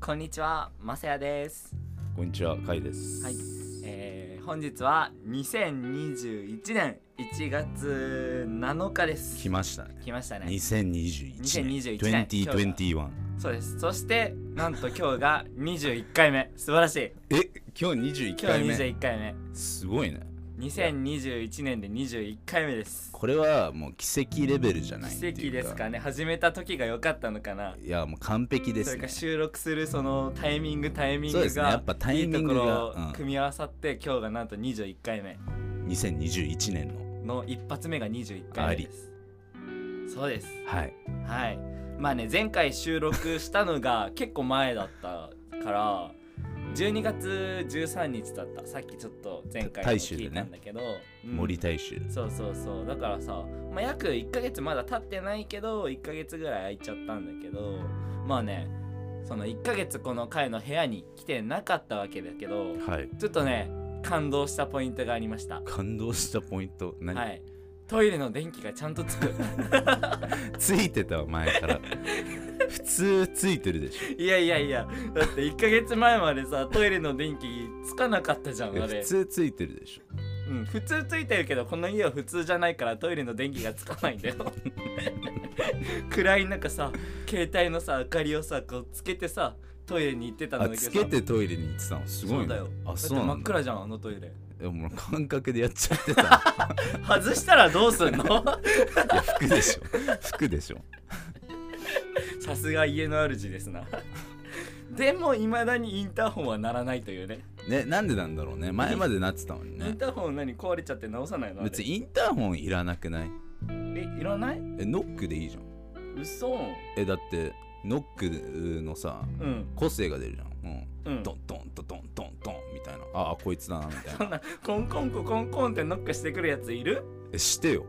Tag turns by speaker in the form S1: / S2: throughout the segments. S1: こんにちは、まさやです。
S2: こんにちは、カイです。
S1: はいえー、本日は2021年1月7日です。
S2: 来ましたね。
S1: 来ましたね。
S2: 2021年。
S1: 2021年
S2: 2021。
S1: そうです。そして、なんと今日が21回 目。素晴らしい。
S2: え、今日21
S1: 今
S2: 回
S1: 日
S2: 目。
S1: 21回目。
S2: すごいね。
S1: 2021年で21回目です。
S2: これはもう奇跡レベルじゃないって
S1: 奇
S2: いう
S1: 跡ですかね。始めた時が良かったのかな。
S2: いや、もう完璧で
S1: そ
S2: す
S1: れか
S2: ね。
S1: 収録するそのタイミングタイミン
S2: そうで
S1: グ
S2: すね。や
S1: が
S2: っぱタイ
S1: いい
S2: ミ
S1: と
S2: ン
S1: こ
S2: グ
S1: ろを
S2: が、
S1: 組み合わさって今日がなんと21回目。
S2: うん、2021年の。
S1: の一発目が21回目ですそうです
S2: はい。
S1: はいまあね前回収録したの が結構前だったから12月13日だったさっきちょっと前回も
S2: 大衆
S1: 聞
S2: で
S1: い
S2: ね
S1: たんだけど、うん
S2: 森大衆。
S1: そうそうそうだからさ、まあ、約1ヶ月まだ経ってないけど1ヶ月ぐらい空いちゃったんだけどまあねその1ヶ月この会の部屋に来てなかったわけだけど
S2: はい。
S1: ちょっとね感動したポイントがありました
S2: 感動したポイント。何、
S1: はい。トイレの電気がちゃんとつく。
S2: ついてたわ、前から。普通ついてるでし ょ。
S1: いやいやいや、だって1ヶ月前までさ、トイレの電気つかなかったじゃん、あ
S2: 普
S1: れ。
S2: 通ついてるでしょ。
S1: うん、普通ついてるけど、この家は普通じゃないからトイレの電気がつかないんだ よ。暗い中さ、携帯のさ、明かりをさ、こうつけてさ、トイレに行ってたんだ
S2: あ、
S1: けどさ。
S2: つけてトイレに行ってたの。すごい
S1: そう
S2: ね
S1: だよ。
S2: あ、そ
S1: だ
S2: う
S1: って
S2: な
S1: 真っ
S2: んだ。
S1: 暗じゃん、あのトイレ。
S2: でも俺感覚でやっちゃってた
S1: 外したらどうすんの
S2: いや 服でしょ服でしょ
S1: さすが家の主ですな。でも、いまだにインターホンは鳴らないというね。
S2: ねなんでなんだろうね前までなってたのに
S1: イ
S2: ね
S1: ンターホン何壊れちゃって直さないのあれ
S2: 別にインターホンいらなくない
S1: えいらない
S2: えノックでいいじゃん
S1: 嘘
S2: えだってノックのさ
S1: うん
S2: 個性が出るじゃん、うん
S1: うん
S2: ドンドンドンドンドンドンみたいなああこいつだなみたい
S1: そ
S2: なん
S1: なコンコンココンコンってノックしてくるやついる
S2: えしてよ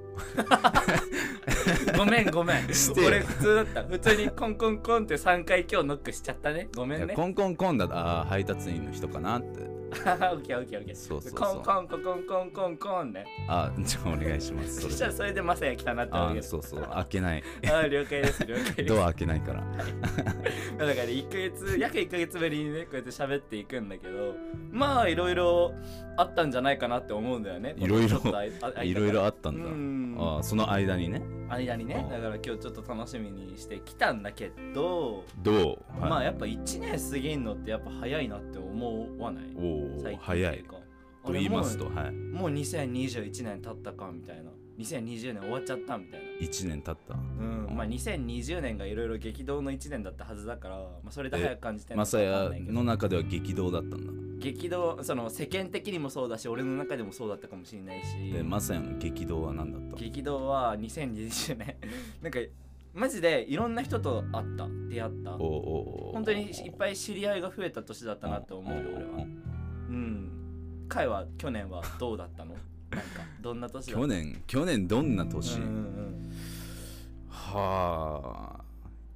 S1: ごめんごめん
S2: してよ
S1: 俺普通だった普通にコンコンコンって3回今日ノックしちゃったねごめん
S2: いや
S1: ね
S2: コンコンコンだああ配達員の人かなって
S1: あははオッケーオッケーオッケー
S2: そうそうそ
S1: コ
S2: う
S1: ンコンココンコンコンコンね
S2: あじゃあお願いしま
S1: そ
S2: すそれ
S1: したらそれでマサヤ来たなってわけ
S2: あー
S1: です
S2: そうそう開け ない
S1: あー了解です了解です
S2: ドア開けないから
S1: だから1ヶ月約1ヶ月ぶりにねこうやって喋っていくんだけどまあいろいろあったんじゃないかなって思うんだよね
S2: いろいろ
S1: ちょっとあいあ
S2: いろいろあっ
S1: あ
S2: たんだ、
S1: ん
S2: あーその間にね
S1: 間にね
S2: うん
S1: だから今日ちょっと楽しみにしてきたんだけど、
S2: どう、
S1: ま
S2: は
S1: あ
S2: い
S1: やっぱ1年過ぎんのってやっぱ早いなって思わない
S2: お
S1: 最
S2: お
S1: 近
S2: 早
S1: って
S2: いう
S1: かあ
S2: と
S1: れ
S2: 言います
S1: も
S2: と、は、
S1: うもう2021年経ったかみたいな2020年終わっちゃったみたいない
S2: 1年経った。
S1: うんまあ2020年がいろいろ激動の1年だったはずだから、まあ、それで早く感じてん
S2: マ
S1: のか
S2: サ
S1: わか
S2: ヤ
S1: んないけど
S2: の中では激動だったん
S1: 激動その世間的にもそうだし俺の中でもそうだったかもしれないし
S2: だ。で、マサヤの激動は何だった
S1: 激動は2020年 なんかマジでいろんな人と会った出会った
S2: おーおーおー
S1: 本当にいっぱい知り合いが増えた年だったなと思うよ俺はうん会は去年はどうだ ったのなんかどんな年だった
S2: 去年、去年どんな
S1: う
S2: 年
S1: んうん
S2: はあ、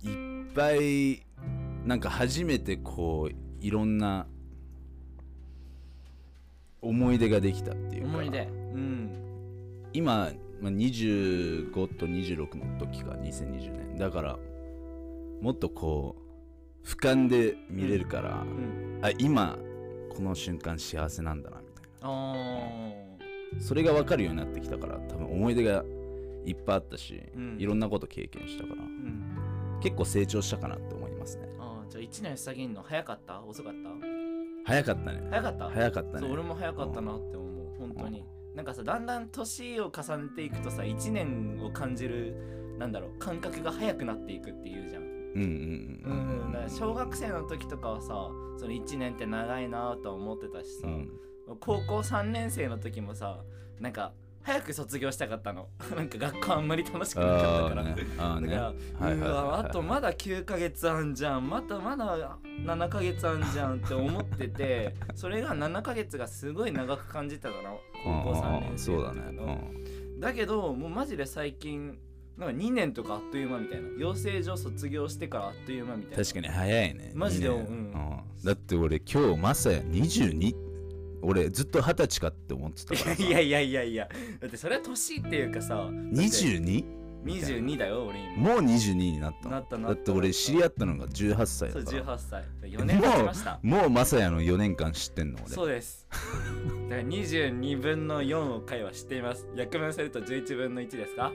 S2: いっぱい、なんか初めてこう、いろんな思い出ができたってい
S1: うん
S2: うか、
S1: 思い出うん
S2: 今、まあ、25と26の時が2020年だからもっとこう俯瞰で見れるから、
S1: うん
S2: あ今この瞬間幸せなんだなみたい
S1: あ
S2: なそれが分かるようになってきたから多分思い出がいっぱいあったし、
S1: うん
S2: いろんなこと経験したから
S1: ーうん
S2: 結構成長したかなと思いますね
S1: あーじゃあ1年下げんの早かった遅かった
S2: 早かったね
S1: 早かった
S2: 早かった
S1: そう
S2: ね
S1: 俺も早かったなって思う本当になんかさだんだん年を重ねていくとさ1年を感じるなんだろう感覚が早くなっていくっていうじゃん
S2: うん
S1: う
S2: うんうん
S1: んだから小学生の時とかはさその1年って長いなとは思ってたしさ、
S2: うん
S1: 高校3年生の時もさなんか早く卒業したかったの なんか学校あんまり楽しくなかった
S2: あ
S1: か
S2: あ
S1: ら、
S2: ねあー
S1: だ
S2: ね
S1: から、
S2: はいはいはいうはい
S1: わあとまだ9ヶ月あんじゃんまたまだ7ヶ月あんじゃんって思って てそれが7ヶ月がすごい長く感じたから高校3
S2: うんうんう
S1: 年生
S2: んそう
S1: の
S2: だ
S1: 時
S2: ね、
S1: の
S2: うん
S1: だけどもうマジで最近なんか2年とかあっという間みたいな養成所卒業してからあっという間みたいな
S2: 確かに早いね
S1: マジで
S2: いいね
S1: うん
S2: うんだって俺今日まさや22俺ずっと二 十歳かって思ってたからさ
S1: いやいやいやいやだってそれは年っていうかさだって
S2: 22? みたいな
S1: 22だよ俺今
S2: もう22になったの
S1: なったな
S2: だ
S1: っ
S2: ったて俺知り合ったのが18歳
S1: そう
S2: だから
S1: 18歳4年経ちました
S2: もうまさやの4年間知ってんの俺
S1: そうですだから22分の4を会話しています約分すると11分の1ですか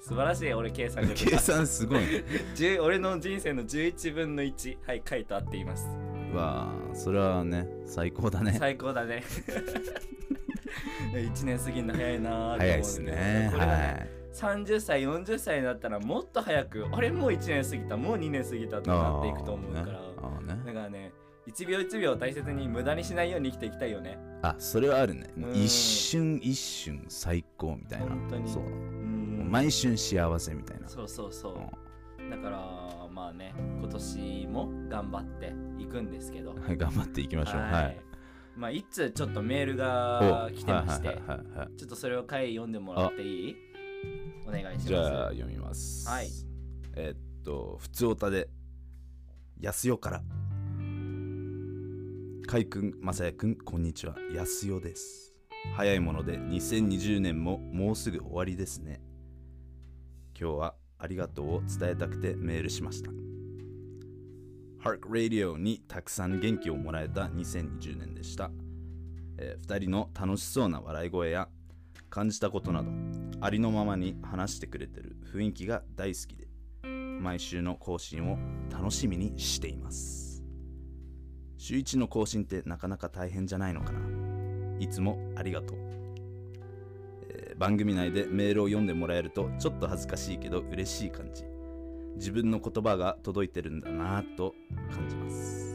S1: 素晴らしい俺計算力
S2: 計算すご いね
S1: 10俺の人生の11分の1はい回と合っています
S2: わあそれはね最高だね
S1: 最高だ ね1年過ぎるの早いなーって思う
S2: 早いっすね
S1: これが
S2: はい
S1: 30歳40歳になったらもっと早くあれもう1年過ぎたもう2年過ぎたってなっていくと思うから、
S2: あーねあー
S1: だ
S2: ね
S1: からね1秒1秒を大切に無駄にしないように生きていきたいよね
S2: あそれはあるね
S1: うん
S2: 一瞬一瞬最高みたいな
S1: 本当に
S2: そう
S1: うん
S2: 毎瞬幸せみたいな
S1: そうそうそううだからまあね今年も頑張っていくんですけど
S2: ん頑張っていきましょうはい
S1: まあいつちょっとメールが
S2: お
S1: 来てまして、
S2: はいはいはいはい
S1: ちょっとそれを回読んでもらっていいお願いします
S2: じゃあ読みます。
S1: はい。
S2: えっと、普通おたで、安代から。かいくん、まさやくん、こんにちは。安代です。早いもので2020年ももうすぐ終わりですね。今日はありがとうを伝えたくてメールしました。Hark Radio にたくさん元気をもらえた2020年でした。え2人の楽しそうな笑い声や感じたことなどありのままに話してくれてる雰囲気が大好きで毎週の更新を楽しみにしています週1の更新ってなかなか大変じゃないのかないつもありがとう、えー番組内でメールを読んでもらえるとちょっと恥ずかしいけど嬉しい感じ自分の言葉が届いてるんだなぁと感じます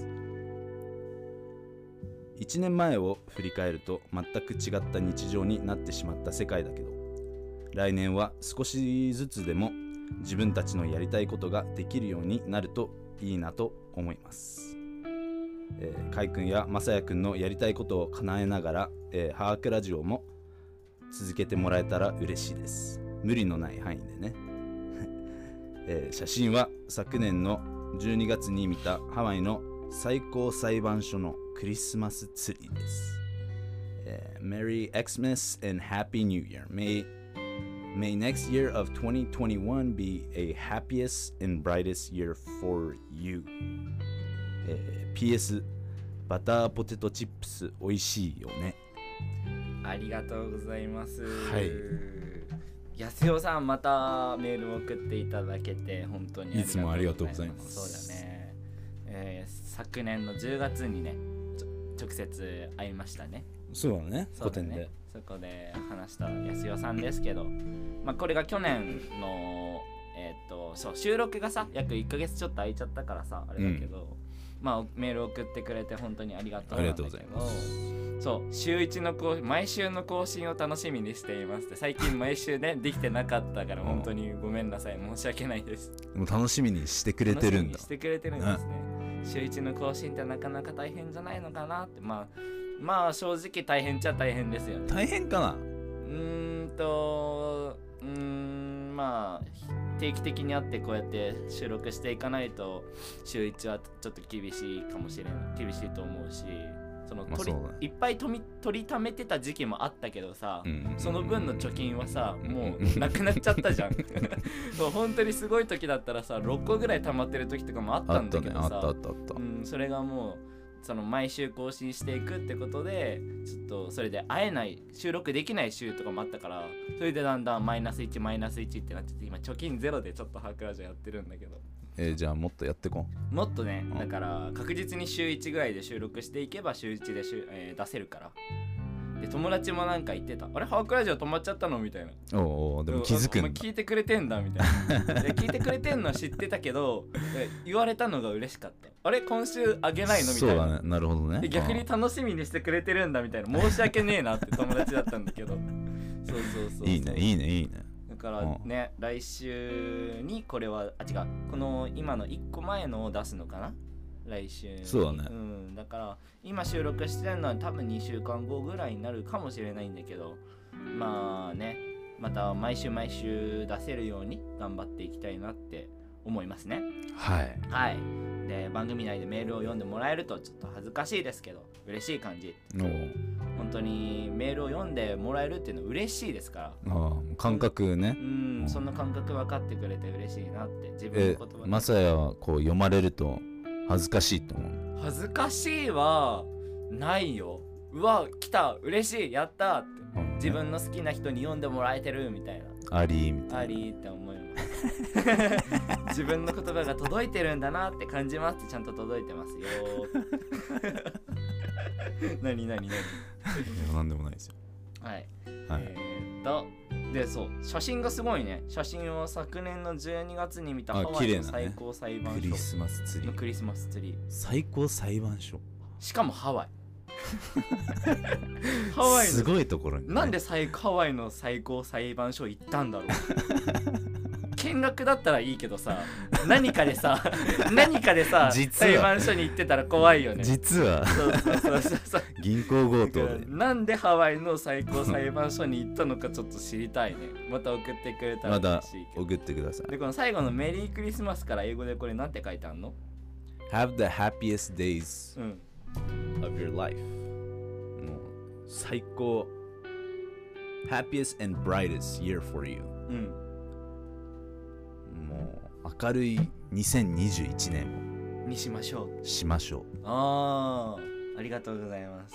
S2: 1年前を振り返ると全く違った日常になってしまった世界だけど来年は少しずつでも自分たちのやりたいことができるようになるといいなと思います。えー、かいくんやまさやくんのやりたいことを叶えながら、えー、ハークラジオも続けてもらえたら嬉しいです。無理のない範囲でね。 えー写真は昨年の12月に見たハワイの最高裁判所のクリスマスツリーです。えー Merry Xmas and Happy New Year. May May next year of 2021 be a happiest and brightest year for you. えー PS バターポテトチップス美味しいよね。
S1: ありがとうございます。
S2: はい。
S1: 安代さんまたメールを送っていただけて本当に
S2: いつもありがとうございます
S1: そうだね。えー昨年の10月にねちょ直接会いましたね。
S2: そうだね
S1: そうだね。そこで話した安代さんですけど、まあこれが去年のえーっとそう収録がさ約1ヶ月ちょっと空いちゃったからさあれだけど、まあメール送ってくれて本当にありがとうなんだけど
S2: ありがとうございます
S1: そう週一の更毎週の更新を楽しみにしていますって最近毎週ねできてなかったから
S2: うん
S1: 本当にごめんなさい申し訳ないです
S2: でも楽しみにしてくれてるん
S1: 楽しみ
S2: だ
S1: にし。てくれてるんですね週一の更新ってなかなか大変じゃないのかなってまあまあ正直大変っちゃ大変ですよね
S2: 大変かな
S1: うーんとうーんまあ定期的に会ってこうやって収録していかないと週一はちょっと厳しいかもしれない厳しいと思うしその、
S2: まあ
S1: 取り
S2: そうだね
S1: いっぱいとみ取りためてた時期もあったけどさ、
S2: うん
S1: その分の貯金はさ
S2: うん
S1: もうなくなっちゃったじゃん そう本当にすごい時だったらさ6個ぐらい溜まってる時とかもあった
S2: あっ
S1: んだ
S2: た
S1: け
S2: ね、
S1: ど
S2: あ
S1: さ
S2: ったあったあった
S1: う。ん、それがもうその毎週更新していくってことでちょっとそれで会えない収録できない週とかもあったからそれでだんだんマイナス1マイナス1ってなってて今貯金ゼロでちょっとハークラジオやってるんだけど
S2: えーじゃあもっとやってこん。
S1: もっとね
S2: うん
S1: だから確実に週1ぐらいで収録していけば週1でしゅ、えー出せるからで友達もなんか言ってた「あれハークラジオ止まっちゃったの?」みたいな
S2: おうおうでも気づく
S1: お前
S2: んだ。
S1: 聞いてくれてんだみたい なで聞いてくれてんのは知ってたけどえ言われたのが嬉しかったあれ今週あげないのみた
S2: そ
S1: いうな、
S2: だね、なるほどね
S1: で。逆
S2: う
S1: に
S2: ん
S1: 楽しみにしてくれてるんだみたいな申し訳ねえ なって友達だったんだけどそうそうそうそう
S2: いいね、いいね、いいね。
S1: だからね来週にこれはあ違うこの今の1個前のを出すのかな来週に
S2: そうだね
S1: ん、だから今収録してるのは多分2週間後ぐらいになるかもしれないんだけどまあねまた毎週毎週出せるように頑張っていきたいなって思いますね
S2: はい。
S1: はい。で番組内でメールを読んでもらえるとちょっと恥ずかしいですけど嬉しい感じ。
S2: おう
S1: 本当にメールを読んでもらえるっていうのは嬉しいですから
S2: ああ感覚ね
S1: うんその感覚分かってくれて嬉しいなって自分
S2: え
S1: の言葉で
S2: マサヤはこう読まれると恥ずかしいと思う
S1: 恥ずかしいはないようわ来た嬉しいやったって自分の好きな人に読んでもらえてるみたい
S2: ありみたい
S1: なありって思います自分の言葉が届いてるんだなって感じますってちゃんと届いてますよ何何何
S2: な何でもないですよ
S1: はい
S2: はい
S1: えーっとでそう写真がすごいね写真を昨年の12月に見た
S2: あ
S1: ハワイの
S2: 綺麗なね
S1: 最高裁判
S2: クリ
S1: 所
S2: スマスツリ
S1: の
S2: ー
S1: クリスマスツリー
S2: 最高裁判所
S1: しかもハ ワイハワイの
S2: すごいところにね、
S1: なんで最ハワイの最高裁判所行ったんだろう見学だったらいいけどさ何かで さ何かでさ
S2: 実は
S1: 裁判所に行ってたら怖いよね
S2: 実は
S1: そうそうそうそうそう
S2: 銀行強
S1: だ
S2: 盗
S1: から
S2: で
S1: なんでハワイの最高裁判所に行ったのかちょっと知りたいねまた送ってくれたら
S2: まだ
S1: 嬉しいけど、
S2: 送ってください
S1: でこの最後のメリークリスマスから英語でこれなんて書いてあんの
S2: Have the happiest days
S1: うん
S2: of your life もう最高 Happiest and brightest year for you
S1: うん
S2: もう明るい2021年
S1: にしましょう
S2: をしましょ
S1: あーありがとうございます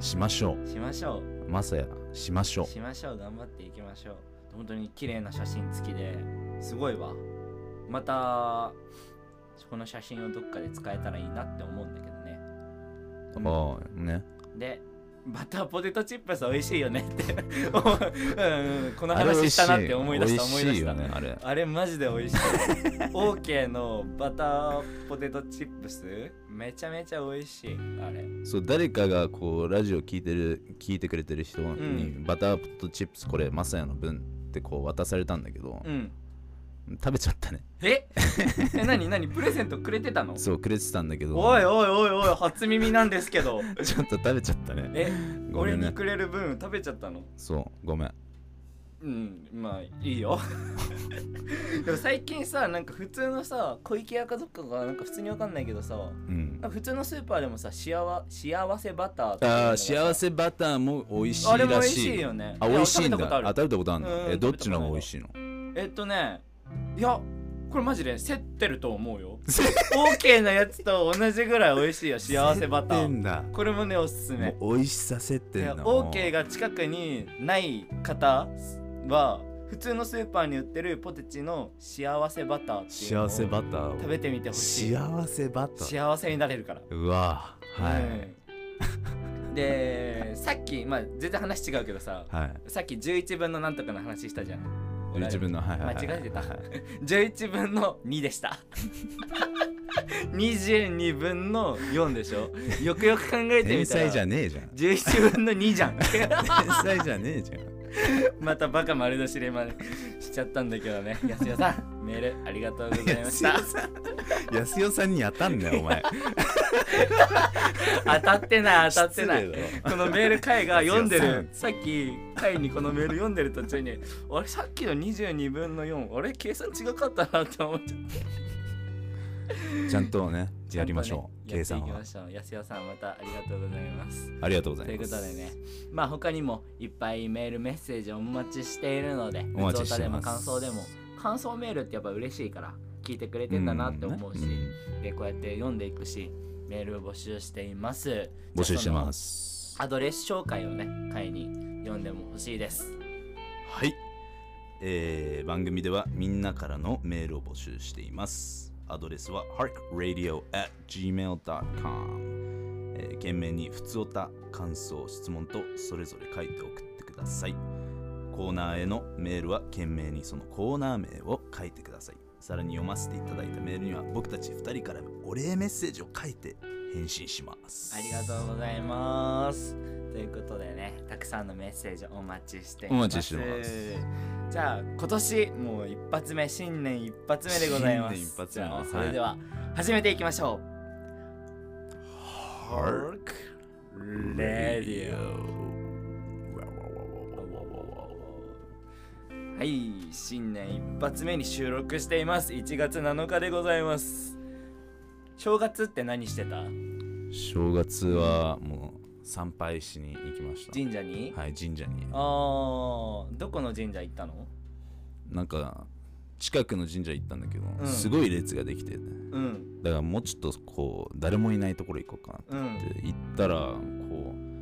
S2: うしましょ
S1: しましょう
S2: うまさやしましょ
S1: しましょう頑張っていきましょう本当に綺麗な写真付きですごいわまたこの写真をどっかで使えたらいいなって思うんだけどね
S2: うもうね
S1: でバターポテトチップス美味しいよねって 思ううんうんこの
S2: あれ美
S1: 話
S2: 味
S1: し
S2: しい
S1: たなって思い出した思い
S2: 美
S1: 出
S2: 味しい
S1: し
S2: よ
S1: た
S2: ねあれ
S1: あれマジで美味しい OK のバターポテトチップスめちゃめちゃ美味しいあれ
S2: そう誰かがこうラジオ聞いてる聞いてくれてる人に、
S1: う
S2: バターポテトチップスこれマサヤの分ってこう渡されたんだけど、
S1: うん
S2: 食べちゃったね
S1: ええ何何プレゼントくれてたの
S2: そうくれてたんだけど
S1: おいおいおいおい初耳なんですけど
S2: ちょっと食べちゃったね
S1: え
S2: ご
S1: 俺
S2: めん
S1: に
S2: ね
S1: くれる分食べちゃったの
S2: そうごめん
S1: うんまあいい よでも最近さなんか普通のさ小池屋かどっかがなんか普通にわかんないけどさ
S2: うん
S1: なんか普通のスーパーでもさ幸わ幸せバターっていうの
S2: あ
S1: が
S2: ー
S1: さ
S2: 幸せバターも美味しい
S1: あれも美
S2: ら
S1: 味
S2: しい
S1: しいよね
S2: あ美味しいんだ
S1: や食べたこと
S2: あ
S1: ある
S2: 食べたことあるんだ
S1: うん
S2: えどっちの方が美味しいの
S1: えっとねいやこれマジで競ってると思う よ OK なやつと同じぐらい美味しいよ幸せバタ
S2: 競って
S1: ー
S2: んだ
S1: これもねおすすめ
S2: もう美味しさせって
S1: い
S2: ん
S1: や
S2: だ
S1: OK が近くにない方は普通のスーパーに売ってるポテチの幸せバターっていうのを
S2: 幸せバタ
S1: 食
S2: ー
S1: べてみて
S2: を
S1: ほしい
S2: 幸せバター
S1: 幸せになれるから
S2: うわはい、
S1: うんでさっきまあ全然話違うけどさ
S2: はい
S1: さっき11分のなんとかの話したじゃん
S2: 自分のはいはいはい
S1: 間違えてた
S2: はい
S1: 11分の2でした 22分の4でしょよくよく考えて
S2: 天
S1: みたら
S2: 才じゃね えじゃん
S1: 11分の2じゃん
S2: 天才じゃねえじゃん
S1: またバカ丸出しでまで しちゃったんだけどね。安代さん、メールありがとうござい ました。
S2: 安代さんに当たんなよお前
S1: 当たってない 当たってな
S2: 失
S1: い。
S2: 礼だろ
S1: このメール回が読んで
S2: 安代
S1: る、さっき回にこのメール読んでる途中に、あれさっきの22分の4、俺計算違かったなって思っちゃっ
S2: ちゃんとね
S1: た。
S2: やりましょう
S1: ちゃんとね
S2: 計算
S1: や
S2: は
S1: っていきましょう。安代さん、またありがとうございます。
S2: ありがとうござ
S1: とい
S2: いうま
S1: こ
S2: す
S1: とでね、まあ他にもいっぱいメールメッセージお待ちしているので、
S2: お待ちし
S1: 普通歌
S2: て
S1: でも
S2: ます
S1: 感想でも、感想メールってやっぱ嬉しいから、聞いてくれてんだなって思うし。
S2: ん
S1: でこうやって読んでいくしメールを募集しています
S2: 募集してますす
S1: アドレス紹介をね会に読んでも欲しいです
S2: はい、えー、番組ではみんなからのメールを募集していますアドレスは harkradio.gmail.com、えー、懸命に普通おた感想質問とそれぞれ書いて送ってくださいコーナーへのメールは懸命にそのコーナー名を書いてくださいさらに読ませていただいたメールには僕たち2人からお礼メッセージを書いて返信します
S1: ありがとうございますということでねたくさんのメッセージお待ちしています
S2: お待ちしてます
S1: じゃあ今年もう一発目新年一発目でございます
S2: 新年一発
S1: じ
S2: 目
S1: ゃ
S2: は
S1: あ
S2: い
S1: それでは始めていきましょう、
S2: Hark Radio
S1: はい新年一発目に収録しています1月7日でございます正月って何してた
S2: 正月はもう参拝しに行きました
S1: 神社に、
S2: はい神社に
S1: ああどこの神社行ったの
S2: なんか近くの神社行ったんだけど、
S1: うん
S2: すごい列ができて
S1: うん
S2: だからもうちょっとこう誰もいないところ行こうか
S1: う
S2: なっ
S1: ん
S2: て行ったらこ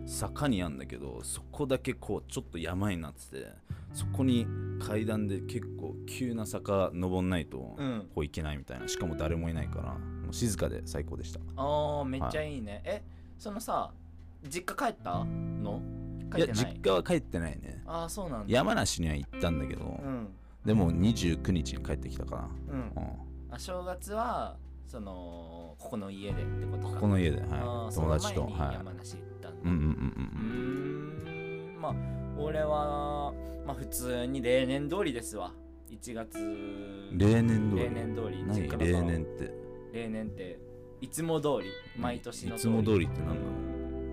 S2: う坂にあんだけどそこだけこうちょっと山になっててそこに階段で結構急な坂登んないと
S1: うん
S2: こう行けないみたいなしかも誰もいないからもう静かで最高でした
S1: ああめっちゃいいね、えそのさ実家帰ったの
S2: い
S1: 帰っ
S2: や
S1: てない
S2: 実家は帰ってないね
S1: ああそうなんだ
S2: 山梨には行ったんだけど、
S1: うん
S2: でも29日に帰ってきたか
S1: うん
S2: な、うん、
S1: あ正月はそのここの家でってことか
S2: ここの家で、
S1: あー
S2: はい、
S1: そ
S2: 友
S1: の
S2: 達と、
S1: 前に
S2: はい、
S1: 山梨行ったんだ
S2: うんうんうん
S1: うーんまあ俺はまあ普通に例年通りですわ1月
S2: うん例年通り
S1: 例年通り
S2: 何
S1: 実家だから
S2: 例年って
S1: 例年っていつも通り毎年の
S2: いつも通りって
S1: な
S2: 何な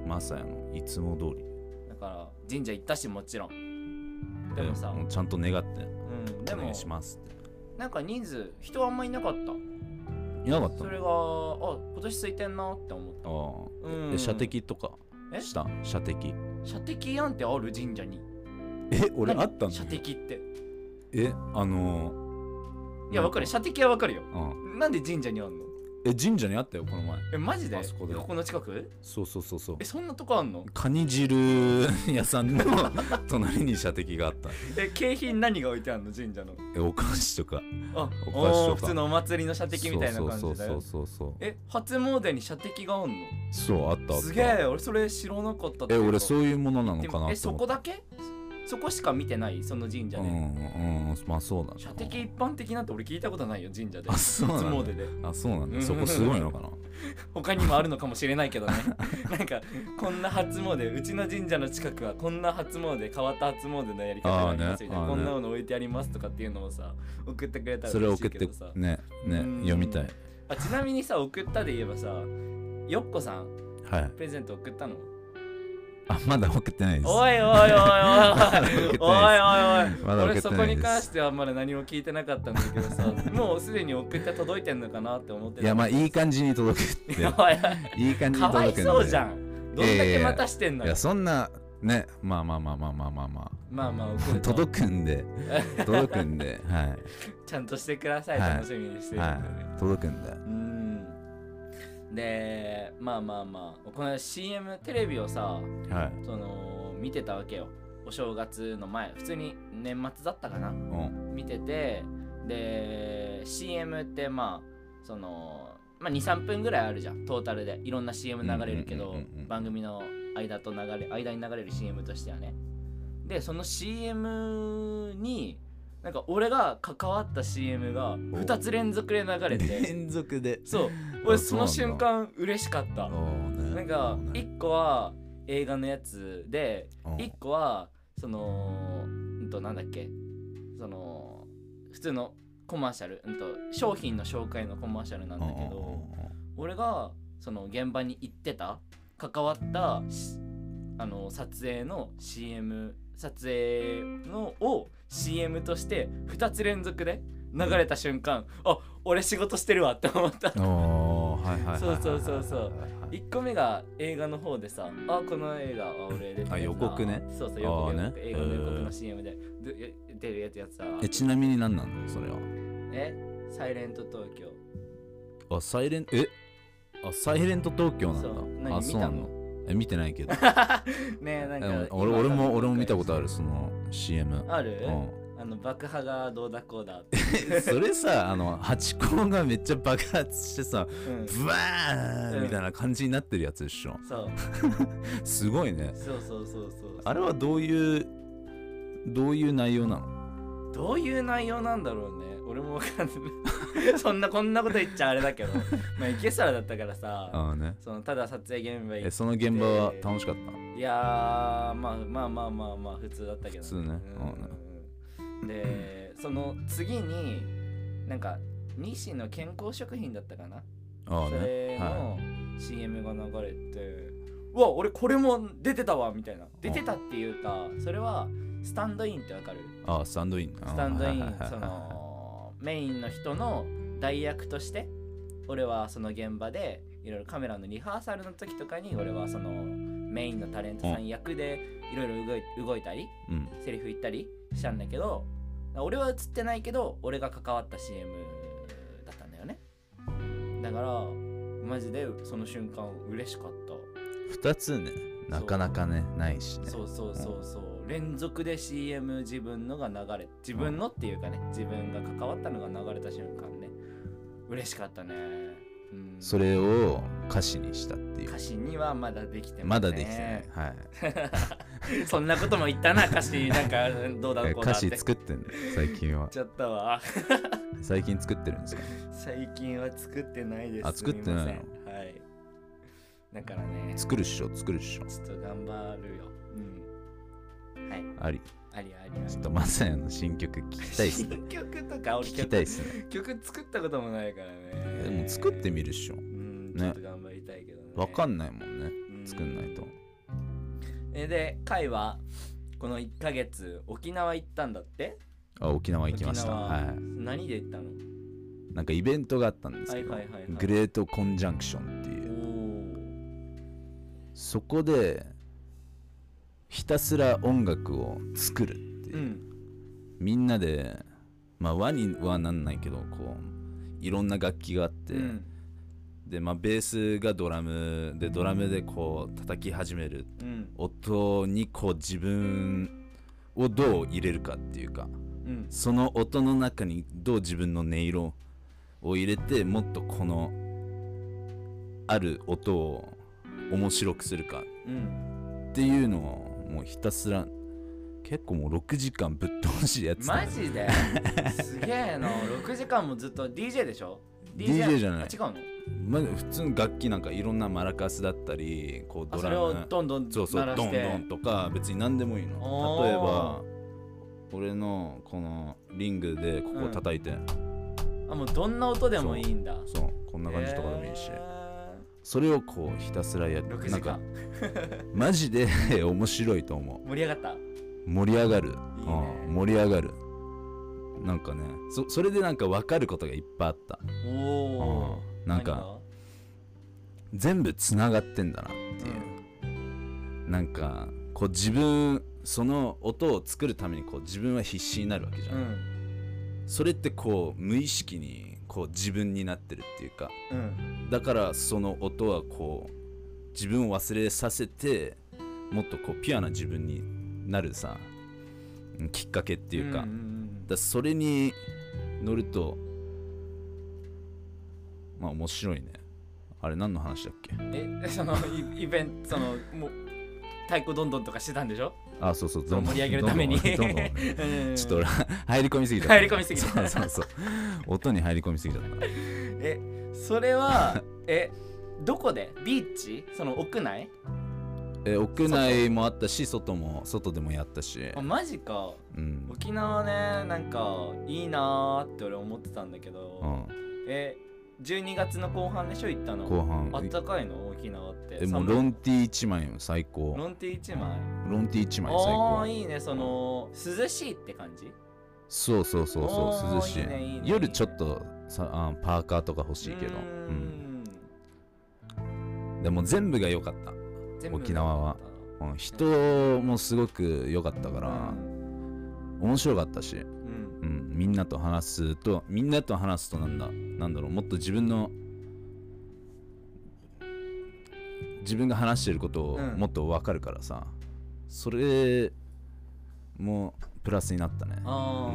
S2: のまさやのいつも通り
S1: だから神社行ったしもちろんでもさ
S2: うちゃんと願って
S1: うんで
S2: お願
S1: も
S2: いしますって
S1: なんか人数人あんまいなかった
S2: いなかった
S1: そ
S2: の
S1: れがあ今年空いてんなって思っ
S2: あ
S1: た
S2: あ、
S1: う
S2: え
S1: ん
S2: 射的とか
S1: え
S2: した射的
S1: 射的やんってある神社に
S2: え俺
S1: 何
S2: あったの
S1: 射的って
S2: えあのー
S1: いやわかる射的はわかるよ
S2: うん
S1: なんで神社にあんの
S2: え神社にあったよこの前
S1: えマジで
S2: あそこで
S1: ここの近く
S2: そうそうそうそう
S1: えそんなとこあんの
S2: カニ汁屋さんの隣に射的が あった
S1: え景品何が置いてあんの神社の
S2: えお菓子とか
S1: あ
S2: お菓子とか
S1: おー普通のお祭りの射的みたいな感
S2: そう
S1: じだ
S2: そう
S1: よ
S2: そうそうそう
S1: え初詣に射的があんの
S2: そうあったあった
S1: すげえ俺それ知らなかったって
S2: え
S1: いうか
S2: 俺そういうものなの
S1: で
S2: かな
S1: もえ
S2: って
S1: そ
S2: 思っ
S1: こ
S2: て
S1: だけそこしか見てないその神社
S2: う
S1: で、
S2: んうんまあそうだな
S1: 射的一般的なんて俺聞いたことないよ神社で
S2: あそう
S1: 初
S2: なんだ
S1: 詣で
S2: あそうなん
S1: う
S2: だ
S1: ん
S2: そこすごいのか な
S1: 他にもあるのかもしれないけどね なんかこんな初詣うちの神社の近くはこんな初詣変わった初�詣のやり方がありますみたいな、
S2: あーね
S1: こ
S2: あーね
S1: んなの置いてありますとかっていうのをさ送ってくれたら
S2: それ
S1: 嬉し
S2: 送
S1: い
S2: っ
S1: け
S2: て
S1: どさ
S2: ねね
S1: うん
S2: 読みたい
S1: あちなみにさ送ったで言えばさよっこさん
S2: はい
S1: プレゼント送ったの
S2: あまだ送ってない です
S1: おいおいおいおいおいおいおいおい
S2: まだ
S1: 俺
S2: 受けてないです
S1: そこに関してはまだ何も聞いてなかったんだけど さもうすでに送って届いてんのかなって思ってた
S2: いやまあいい感じに届く って
S1: おい
S2: いい感じに
S1: かわ
S2: 届
S1: い
S2: くんで
S1: そうじゃんどんだけまたしてんの
S2: い
S1: よ
S2: やそんなねまあまあまあまあまあまあま
S1: まあまあ送
S2: あ
S1: ると
S2: 届く んで届くんでは
S1: ちゃんとしてください
S2: はい
S1: 楽しみにしてるんで
S2: い
S1: ね、
S2: はい届くんで
S1: うんでまあまあまあこの間 CM テレビをさ
S2: はい
S1: その見てたわけよお正月の前普通に年末だったかな
S2: うん
S1: 見ててで CM ってまあその、まあ、23分ぐらいあるじゃんトータルでいろんな CM 流れるけ
S2: うんう
S1: ど
S2: んうんうんうん
S1: 番組の間と流れ間に流れる CM としてはねでその CM になんか俺が関わった CM が2つ連続で流れて
S2: 連続で
S1: そう
S2: あ
S1: 俺
S2: そ
S1: そう
S2: な
S1: の瞬
S2: んだ
S1: 間嬉しかったな
S2: なん
S1: か1個は映画のやつで一個はそのうんとなんだっけその普通のコマーシャルうんと商品の紹介のコマーシャルなんだけど俺がその現場に行ってた関わったしあの撮影の CM 撮影のを CM として2つ連続で流れた瞬間あ俺仕事してるわって思った
S2: おーはいはいはいはいはいはい
S1: そうそうそうそう
S2: はい
S1: 1個目が映画の方でさあこの映画あ俺出てるやつだ
S2: あ予告ね
S1: そうそう予告、
S2: あーね
S1: 映画の予告
S2: へ
S1: の
S2: ー
S1: CM でで出るやつやつさ
S2: えちなみに何なのそれは
S1: えサイレント東京
S2: あサイレンえあサイレント東京なん
S1: そ
S2: だ
S1: う何
S2: あ
S1: 見た
S2: そう
S1: の
S2: なのえ見てな いけど
S1: ねえなん
S2: で
S1: か
S2: も
S1: 今
S2: 俺俺も俺も見たこと
S1: あ
S2: あるその CM
S1: るある、
S2: うん
S1: あの爆破がどうだこうだ って、
S2: えそれさあのハチ公がめっちゃ爆発してさ
S1: うん、
S2: ブワー
S1: うん
S2: ンみたいな感じになってるやつでしょ
S1: そう
S2: すごいね
S1: そうそうそうそう
S2: あれはどういうどういう内容なの
S1: どういう内容なんだろうね俺もわかんない そんなこんなこと言っちゃあれだけどまあ池皿だったからさ
S2: ああね
S1: そのただ撮影現場行
S2: え
S1: っ
S2: その現場は楽しかった
S1: いやーまあまあまあまあまあ普通だったけど
S2: 普通ね
S1: うんでその次になんか日清の健康食品だったかな
S2: ああ
S1: それ
S2: ねは
S1: の CM が流れて、うわ俺これも出てたわみたいな出てたっていうかそれはスタンドインってわかる
S2: いああスタンドイン
S1: スタンドイ
S2: あ
S1: ン
S2: ーはいはいはいはい
S1: そのメインの人の代役として俺はその現場でいろいろカメラのリハーサルの時とかに俺はそのメインのタレントさん役でいろいろ動い動いたり
S2: うん
S1: セリフ言ったりしたんだけど俺は映ってないけど俺が関わった CM だったんだよねだからマジでその瞬間嬉しかった
S2: 2つねなかなかねないしね
S1: そうそうそうそう連続で CM 自分のが流れ自分のっていうかね自分が関わったのが流れた瞬間ね嬉しかったね、うん、
S2: それを歌詞にしたっていう
S1: 歌詞にはまだできて
S2: ま
S1: せ
S2: だ
S1: ん
S2: できてない、はい
S1: そんなことも言ったな歌詞なんかどうだこうだ
S2: 歌
S1: って
S2: 詞
S1: 言っ
S2: 作ってんの最近は
S1: ちゃったわ
S2: 最近作ってるんですか
S1: 最近は作ってないです。
S2: あ作ってない
S1: す
S2: の
S1: みませんはい。だからね、ち
S2: 作るっしょ作るっしょ
S1: ょっと頑張るよ。うん。はい、
S2: あり
S1: ありありあ
S2: ち
S1: り
S2: ょっとまさやの新曲聞きたい っすね
S1: 新曲とか俺
S2: 聞きたい
S1: 曲
S2: っすね
S1: 曲作ったこともないからね。
S2: でも作ってみ
S1: る。
S2: るっしょ
S1: うん、
S2: ね
S1: ちょっと頑張りたいけどね。
S2: わかんないもんね
S1: う
S2: 作んないと。
S1: えで、カイはこの1ヶ月沖縄行ったんだって
S2: あ沖縄行きました
S1: 沖縄
S2: は
S1: 何で行ったの
S2: いなんかイベントがあったんです
S1: は
S2: け
S1: い
S2: ど
S1: はいはいはい。
S2: グレートコンジャンクションって
S1: お
S2: いう
S1: ー
S2: そこでひたすら音楽を作るっていうう、
S1: ん。
S2: みんなでまあ輪にはなんないけどこういろんな楽器があって、
S1: うん
S2: でまあベースがドラムでドラムでこう叩き始める
S1: うん
S2: 音にこう自分をどう入れるかっていうか
S1: うん
S2: その音の中にどう自分の音色を入れてもっとこのある音を面白くするか
S1: うん。
S2: っていうのをもうひたすら結構もう6時間ぶっ通しでやってた
S1: マ
S2: ね
S1: ジ ですげえな6時間もずっと DJ でしょ
S2: DJ じゃない
S1: あ違うの
S2: まあ普通の楽器なんかいろんなマラカスだったりこう
S1: あ
S2: ド
S1: そ
S2: ラ
S1: れを
S2: ム
S1: どんどん
S2: そうそう
S1: 鳴ら
S2: ド
S1: し
S2: ンド
S1: て
S2: ンとか別に何でもいいの
S1: おー
S2: 例えば俺のこのリングでここを叩いて、
S1: あもうどんな音でもいいんだ
S2: そうこん
S1: こ
S2: な感じとかでもいいし、それをこうひたすらやって
S1: 6時
S2: なんか
S1: 間
S2: マジで 面白いと思
S1: 盛り上がった
S2: う盛り上がる
S1: いいね
S2: うん盛り上がるなんかねそそれでなんか分かることがいっぱいあった
S1: おお
S2: うんなんか全部つながってんだなっていう、なんかこう自分その音を作るためにこう自分は必死になるわけじゃ、
S1: うんん
S2: それってこう無意識にこう自分になってるっていうか
S1: うん
S2: だからその音はこう自分を忘れさせてもっとこうピュアな自分になるさうんきっかけっていうか,、
S1: んんん
S2: だそれに乗るとまあ面白いねあれ何の話だっけ
S1: え そのイイベントそのもう太鼓どんどんとかしてたんでしょ
S2: あそうそう
S1: その
S2: どんどん
S1: 盛り上げるために
S2: どんどんどんどん
S1: うん
S2: ちょっと 俺入り込みすぎちゃった
S1: 入り込みすぎた
S2: そうそうそう音に入り込みすぎちゃっ
S1: えそれはえどこでビーチその屋内
S2: たえ屋内もあったし外も外でもやったし
S1: あマジか
S2: うん、
S1: 沖縄ねなんかいいなーって俺思ってたんだけど、
S2: う
S1: え12月の後半でしょ行った
S2: ん、
S1: の
S2: 後
S1: あっ
S2: 半
S1: たかいの沖縄って
S2: えもう
S1: 寒い
S2: ロンティー1枚よ最高
S1: ロンティ一枚
S2: ロンティー1枚最
S1: あ
S2: 高
S1: あいいねその涼しいって感じ
S2: そうそうそうそう
S1: おー
S2: 涼しい
S1: いいねいいね
S2: 夜ちょっとさあパーカーとか欲しいけど
S1: うーん
S2: うんでも全部が良かった、
S1: 全部
S2: 沖縄はうん、人もすごく良かったか
S1: う
S2: ら
S1: ん
S2: 面白かったし、
S1: うん
S2: うん、みんなと話すとみんなと話すとなんだなんだろうもっと自分の自分が話してることを
S1: うん
S2: もっと分かるからさ、それもプラスになったね
S1: あ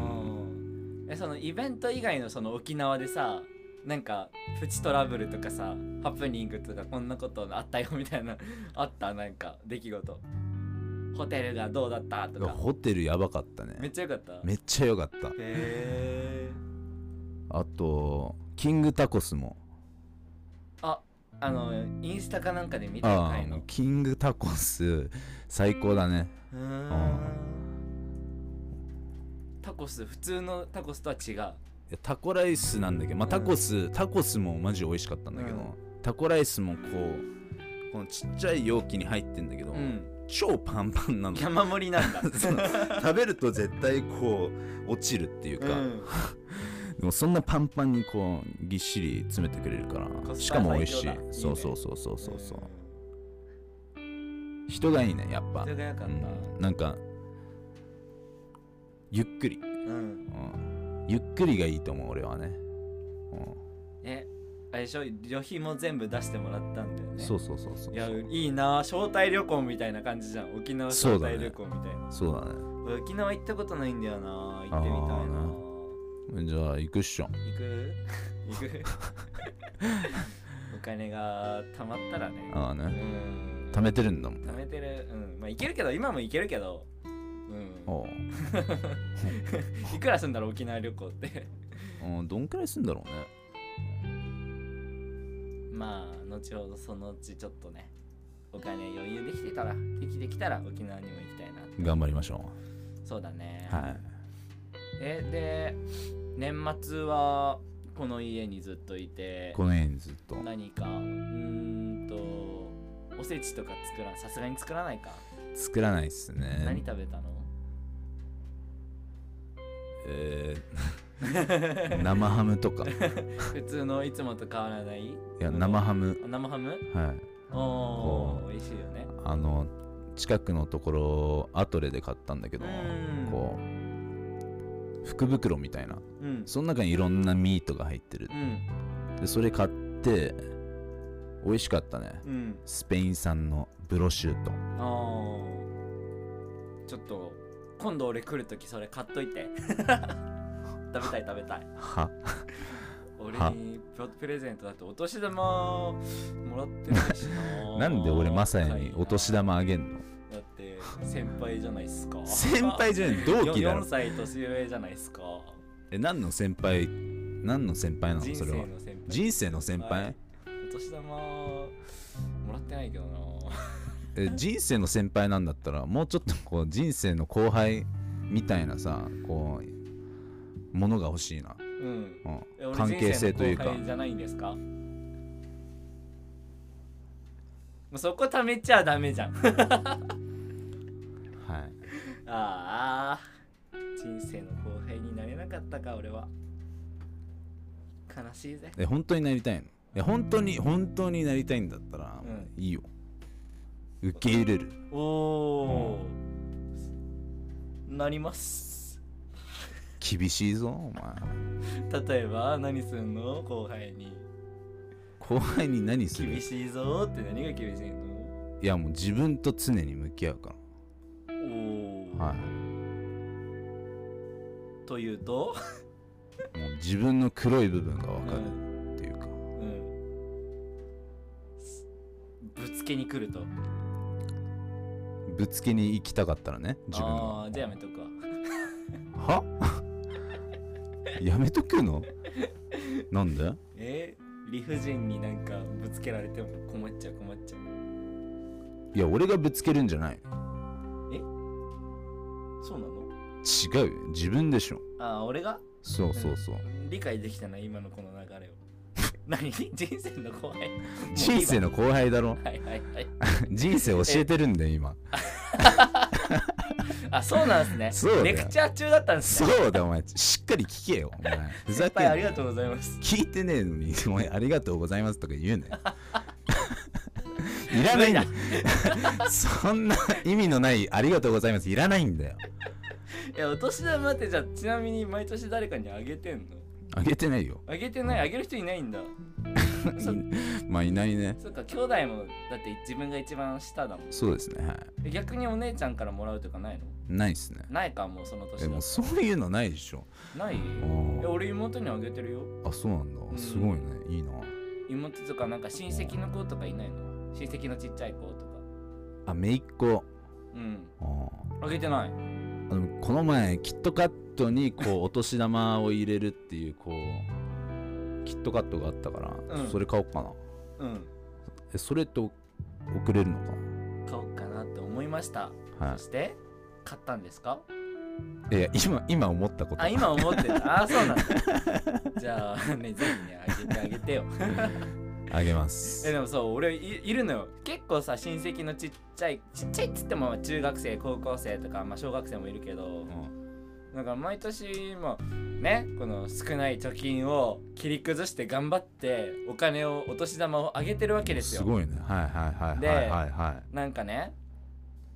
S1: ーえそのイベント以外のその沖縄でさなんかプチトラブルとかさハプニングとかこんなことあったよみたいなあったなんか出来事ホテルがどうだったとか
S2: ホテルやばかった
S1: めっ
S2: ね
S1: ちゃよかったへ
S2: めっちゃ良かった
S1: え
S2: あとキングタコスも
S1: ああのインスタかなんかで見た
S2: あ
S1: かい
S2: あ
S1: の
S2: キングタコス最高だね
S1: うーん
S2: あ
S1: タコス普通のタコスとは違う
S2: いやタコライスなんだけど、まあ、
S1: うん
S2: タコス、タコスもマジ美味しかったんだけど、
S1: うん
S2: タコライスもこうこのちっちゃい容器に入ってんだけど、
S1: うん
S2: 超パンパンなの
S1: 山盛りなんだ
S2: そう食べると絶対こう落ちるっていう
S1: う
S2: か、
S1: ん
S2: でもそんなパンパンにこうぎっしり詰めてくれるから
S1: コスパ
S2: しかも美味しい
S1: 最強だいいね
S2: そうそうそうそうそうそう、
S1: ん
S2: 人がいいねやっぱ
S1: それが良かっ
S2: うん、なんかゆっくり、
S1: た、うん、
S2: うん、ゆっくりがいいと思う俺はね、
S1: えあれでしょ旅費も全部出してもらったんだよ
S2: うん
S1: ね
S2: そうそうそうそう
S1: いやいいな招待旅行みたいな感じじゃん沖縄招待旅行みたいな、
S2: そうだ
S1: 俺沖縄行ったことないんだよな行ってみたいな
S2: あーなねじゃあ行くっしょ
S1: 行く行 くお金が貯まったらね
S2: ああ
S1: う
S2: ね
S1: ん
S2: 貯めてるんだもん
S1: 貯めてるうんまあ行けるけど今も行けるけどうん
S2: おう
S1: いくらすんだろう沖縄旅行って
S2: うんどんくらいすんだろうね
S1: まあ後ほどそのうちちょっとねお金余裕できてたらできてきたら沖縄にも行きたいな
S2: 頑張りましょ
S1: そうだね
S2: うはい
S1: えで年末はこの家にずっといて
S2: この辺ずっと
S1: 何かうーんとおせちとか作らさすがに作らないか、
S2: 作らないっすね
S1: 何食べた の
S2: えー生ハムとかい
S1: 普通のいつもと変わらない
S2: や生ハム
S1: あ生ハム
S2: はい
S1: お
S2: こ
S1: お美味しいよね
S2: あの近くのところアトレで買ったんだけど
S1: うん
S2: こう福袋みたいな
S1: うん
S2: その中にいろんなミートが入ってる
S1: うん
S2: でそれ買って美味しかったね
S1: うん
S2: スペイン産のブロシュート
S1: あーちょっと今度俺来るときそれ買っとい て食べたい食べたい
S2: は
S1: 俺
S2: は
S1: にプレゼントだってお年玉もらってないしな
S2: なんで俺マサヤにお年
S1: だ
S2: 玉あげんの
S1: って先輩じゃないっすか
S2: 先輩じゃない同期だ
S1: 4
S2: ろ
S1: 歳年上じゃないっすか
S2: え何の先輩何の先輩なの
S1: 人
S2: そ
S1: 生
S2: れは
S1: の先輩
S2: 人生の先
S1: は
S2: 輩
S1: いお年玉もらってないけどな
S2: え人生の先輩なんだったらもうちょっとこう人生の後輩みたいなさこうものが欲しいな、
S1: うん
S2: うん
S1: え俺
S2: 関係性という
S1: 人
S2: か
S1: 生の後輩じゃないんですかもうそこ貯めちゃダメじゃん
S2: はい
S1: ああ人生の後輩になれなかったか俺は悲しいぜ
S2: え本当になりたいのえ本当に本当になりたいんだったら、
S1: うん
S2: いいよ受け入れる
S1: おお、なります
S2: 厳しいぞお前
S1: 例えば何すんの後輩に
S2: 後輩に何する
S1: 厳
S2: い
S1: しいぞーって何が厳しいの
S2: やもう自分と常に向き合うか
S1: おお、
S2: らは
S1: というと
S2: いもう自分の黒い部分が分か
S1: う
S2: る
S1: ん
S2: っていうか、
S1: うんすぶつけに来ると
S2: ぶつけに行きたかったらね自
S1: あ
S2: 分の
S1: あーじゃあやめとくわ
S2: は やめとくのなんで
S1: えー理不尽になんかぶつけられても困っちゃう困っちゃう
S2: いや俺がぶつけるんじゃない
S1: そうなの
S2: 違うよ自分でしょ
S1: ああ俺が
S2: そうそうそう
S1: 理解できたな今のこの流れを 何人生の後輩
S2: 人生の後輩だろ
S1: はいはいはい
S2: 人生教えてるんだよ今
S1: あそうなんですね
S2: そうだよ
S1: レクチャー中だったんですね
S2: そうだお前しっかり聞けよお前ふざ
S1: 先
S2: け
S1: 輩
S2: んな
S1: ありがとうございます
S2: 聞いてねえのにお前ありがとうございますとか言 うねいらないんだそんな意味のないありがとうございますいらないんだよ
S1: いやお年玉ってじゃあちなみに毎年誰かにあげてんの
S2: あげてないよ
S1: あげてないあげる人いない んだそ
S2: いまあいないね
S1: そっか兄弟もだって自分が一番下だもん
S2: そうですねはい
S1: え逆にお姉ちゃんからもらうとかないの
S2: ないっすね
S1: ないかもうその
S2: え
S1: 年
S2: も
S1: だ
S2: うそういうのないでしょ
S1: ない
S2: あ
S1: え
S2: ー
S1: 俺妹にあげてるよ
S2: あそうなんだ
S1: ん
S2: すごいねいいな
S1: 妹とかなんか親戚の子とかいないの親戚のちっちゃい子とか
S2: あめいっ子
S1: うん
S2: あー
S1: あげてない
S2: あのこの前キットカットにこうお年玉を入れるっていうこうキットカットがあったから、
S1: うん
S2: それ買おうかな
S1: うん
S2: えそれと送れるのか
S1: 買おうかなって思いました、
S2: なはい
S1: そして買ったんですか
S2: いや今今思ったこと
S1: あ今思ってたあそうなんだじゃあねぜひねあげてあげてよ
S2: あげま
S1: え
S2: す
S1: でもそう俺いいるのよ結構さ親戚のちっちゃいちっちゃいっつっても中学生高校生とか、まあ、小学生もいるけど、
S2: うん
S1: なんか毎年もねこの少ない貯金を切り崩して頑張ってお金をお年玉をあげてるわけですすよ
S2: ごいねはいはいはい
S1: で
S2: はいはいはい
S1: なんかね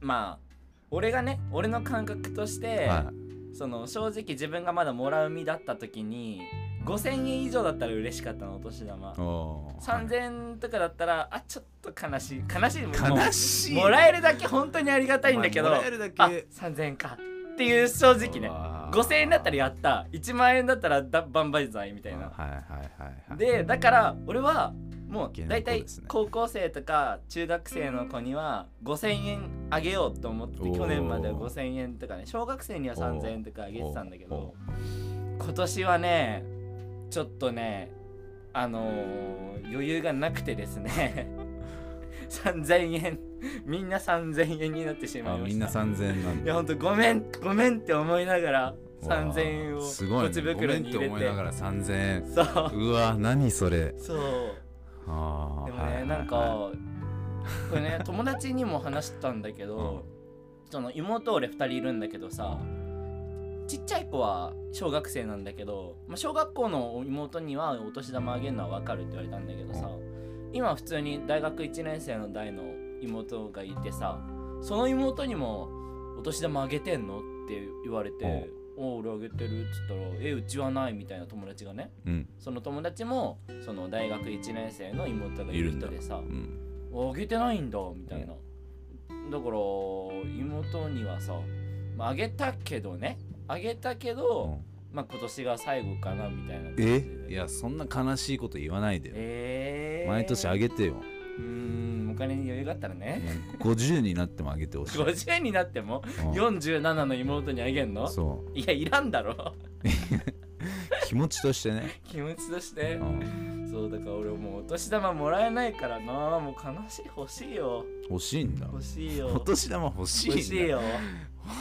S1: まあ俺がね俺の感覚として、
S2: は
S1: その正直自分がまだもらう身だった時に5,000円以上だったら嬉しかったのお年玉
S2: い。おー
S1: 3,000円とかだったらあちょっと悲しい悲しいもう
S2: 悲しい。
S1: もらえるだけ本当にありがたいんだけど
S2: まあ
S1: あ
S2: もらえるだけ
S1: 3,000円かっていう正直ね
S2: あー
S1: 5,000円だったらやった1万円だったらだ万々歳みたいな
S2: はいはいはいはい。
S1: でだから俺はもう
S2: 現代
S1: 大体
S2: っ子ですね
S1: 高校生とか中学生の子には5,000円あげようと思って
S2: おー
S1: 去年までは5,000円とかね小学生には3,000円とかあげてたんだけど今年はねちょっとねあのー余裕がなくてです ね3,000円みんな3,000円になってしま
S2: あ
S1: いま
S2: み
S1: し
S2: ん
S1: た
S2: な3000円なん
S1: い
S2: だ。
S1: やほんとごめんごめんって思いながら3,000円を
S2: わあすごい
S1: ポ
S2: ね
S1: チ袋に入れ
S2: ご
S1: て
S2: めんって思いながら3000円。
S1: そう
S2: うわ、何それ。
S1: そう
S2: あー
S1: でも
S2: はいはいは
S1: ね
S2: い
S1: なんかこれね友達にも話したんだけど、その妹俺2人いるんだけどさちっちゃい子は小学生なんだけど、まあ、小学校の妹にはお年玉あげるのは分かるって言われたんだけどさ、今普通に大学1年生の代の妹がいてさその妹にも「お年玉あげてんの?」って言われて「お俺あげてる」っつったら「えうちはない」みたいな友達がね
S2: うん。
S1: その友達もその大学1年生の妹がいる人でさ
S2: うん
S1: あげてないんだみたいな、だから妹にはさ、まあ、あげたけどねあげたけど、まあ今年が最後かなみたいな感じで
S2: えいや、そんな悲しいこと言わないでよ。
S1: えー、
S2: 毎年あげてよ。
S1: うーんお金に余裕があったらね
S2: 50になってもあげてほしい。
S1: 50になっても
S2: うん
S1: 47の妹にあげんの
S2: そ
S1: いやいらんだろ
S2: う。気持ちとしてね。
S1: 気持ちとして
S2: うん
S1: そうだから俺もうお年玉もらえないからなもう悲しい欲しいよ
S2: 欲しいんだ。
S1: 欲しいよ
S2: お年玉 欲しいん
S1: 欲
S2: だ。
S1: しいよ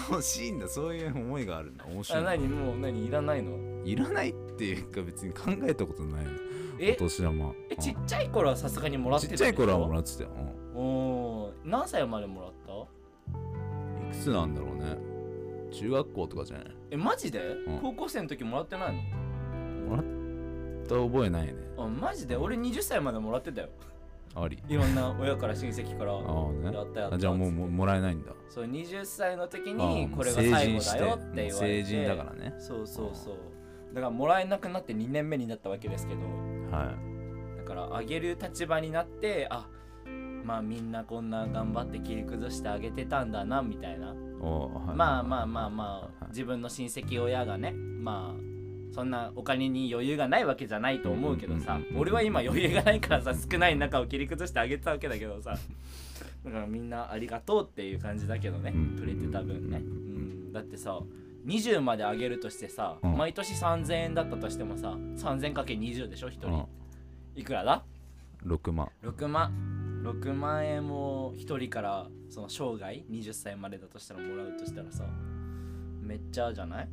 S2: 欲しいんだ。そういう思いがあるんだ。面
S1: あ
S2: 白いな。
S1: 何もう何いらないの
S2: いらないっていうか別に考えたことないよ。お
S1: え
S2: 年玉。
S1: え
S2: うん
S1: ちっちゃい頃はさすがにもらって
S2: ち
S1: た
S2: っちゃい頃はも
S1: ら
S2: らってたよ。う
S1: おー何歳までもらった
S2: んいくつなんだろうね。中学校とかじゃない
S1: えマジで、
S2: ん
S1: 高校生の時もらってない
S2: もらった覚えないね。
S1: のあマジで俺20歳までもらってたよ
S2: あり。
S1: いろんな親から親戚から
S2: ああね
S1: やったやった
S2: あじゃあもうもうもらえないんだ。
S1: そう20歳の時
S2: ああも
S1: に
S2: う
S1: これが最後だよ
S2: 成
S1: って
S2: 人して
S1: 言われて
S2: 成人だからね。
S1: そうそうそうだからもらえなくなって2年目になったわけですけど
S2: は。
S1: だからあげる立場になってあまあみんなこんな頑張って切り崩してあげてたんだなみたいない
S2: おはい
S1: まあまあまあま
S2: は
S1: あ
S2: い
S1: 自分の親戚親がねまあそんなお金に余裕がないわけじゃないと思うけど
S2: う
S1: さ
S2: んうんうんうん
S1: 俺は今余裕がないからさ少ない中を切り崩してあげてたわけだけどさだからみんなありがとうっていう感じだけどね
S2: うん
S1: くれてた分ね、う
S2: うん
S1: ん、だってさ20まで上げるとしてさ、
S2: うん
S1: 毎年3000円だったとしてもさ 3000×20 でしょ1人、
S2: うん
S1: いくらだ
S2: 6万。
S1: 6万6万円も1人からその生涯20歳までだとしたらもらうとしたらさめっちゃじゃない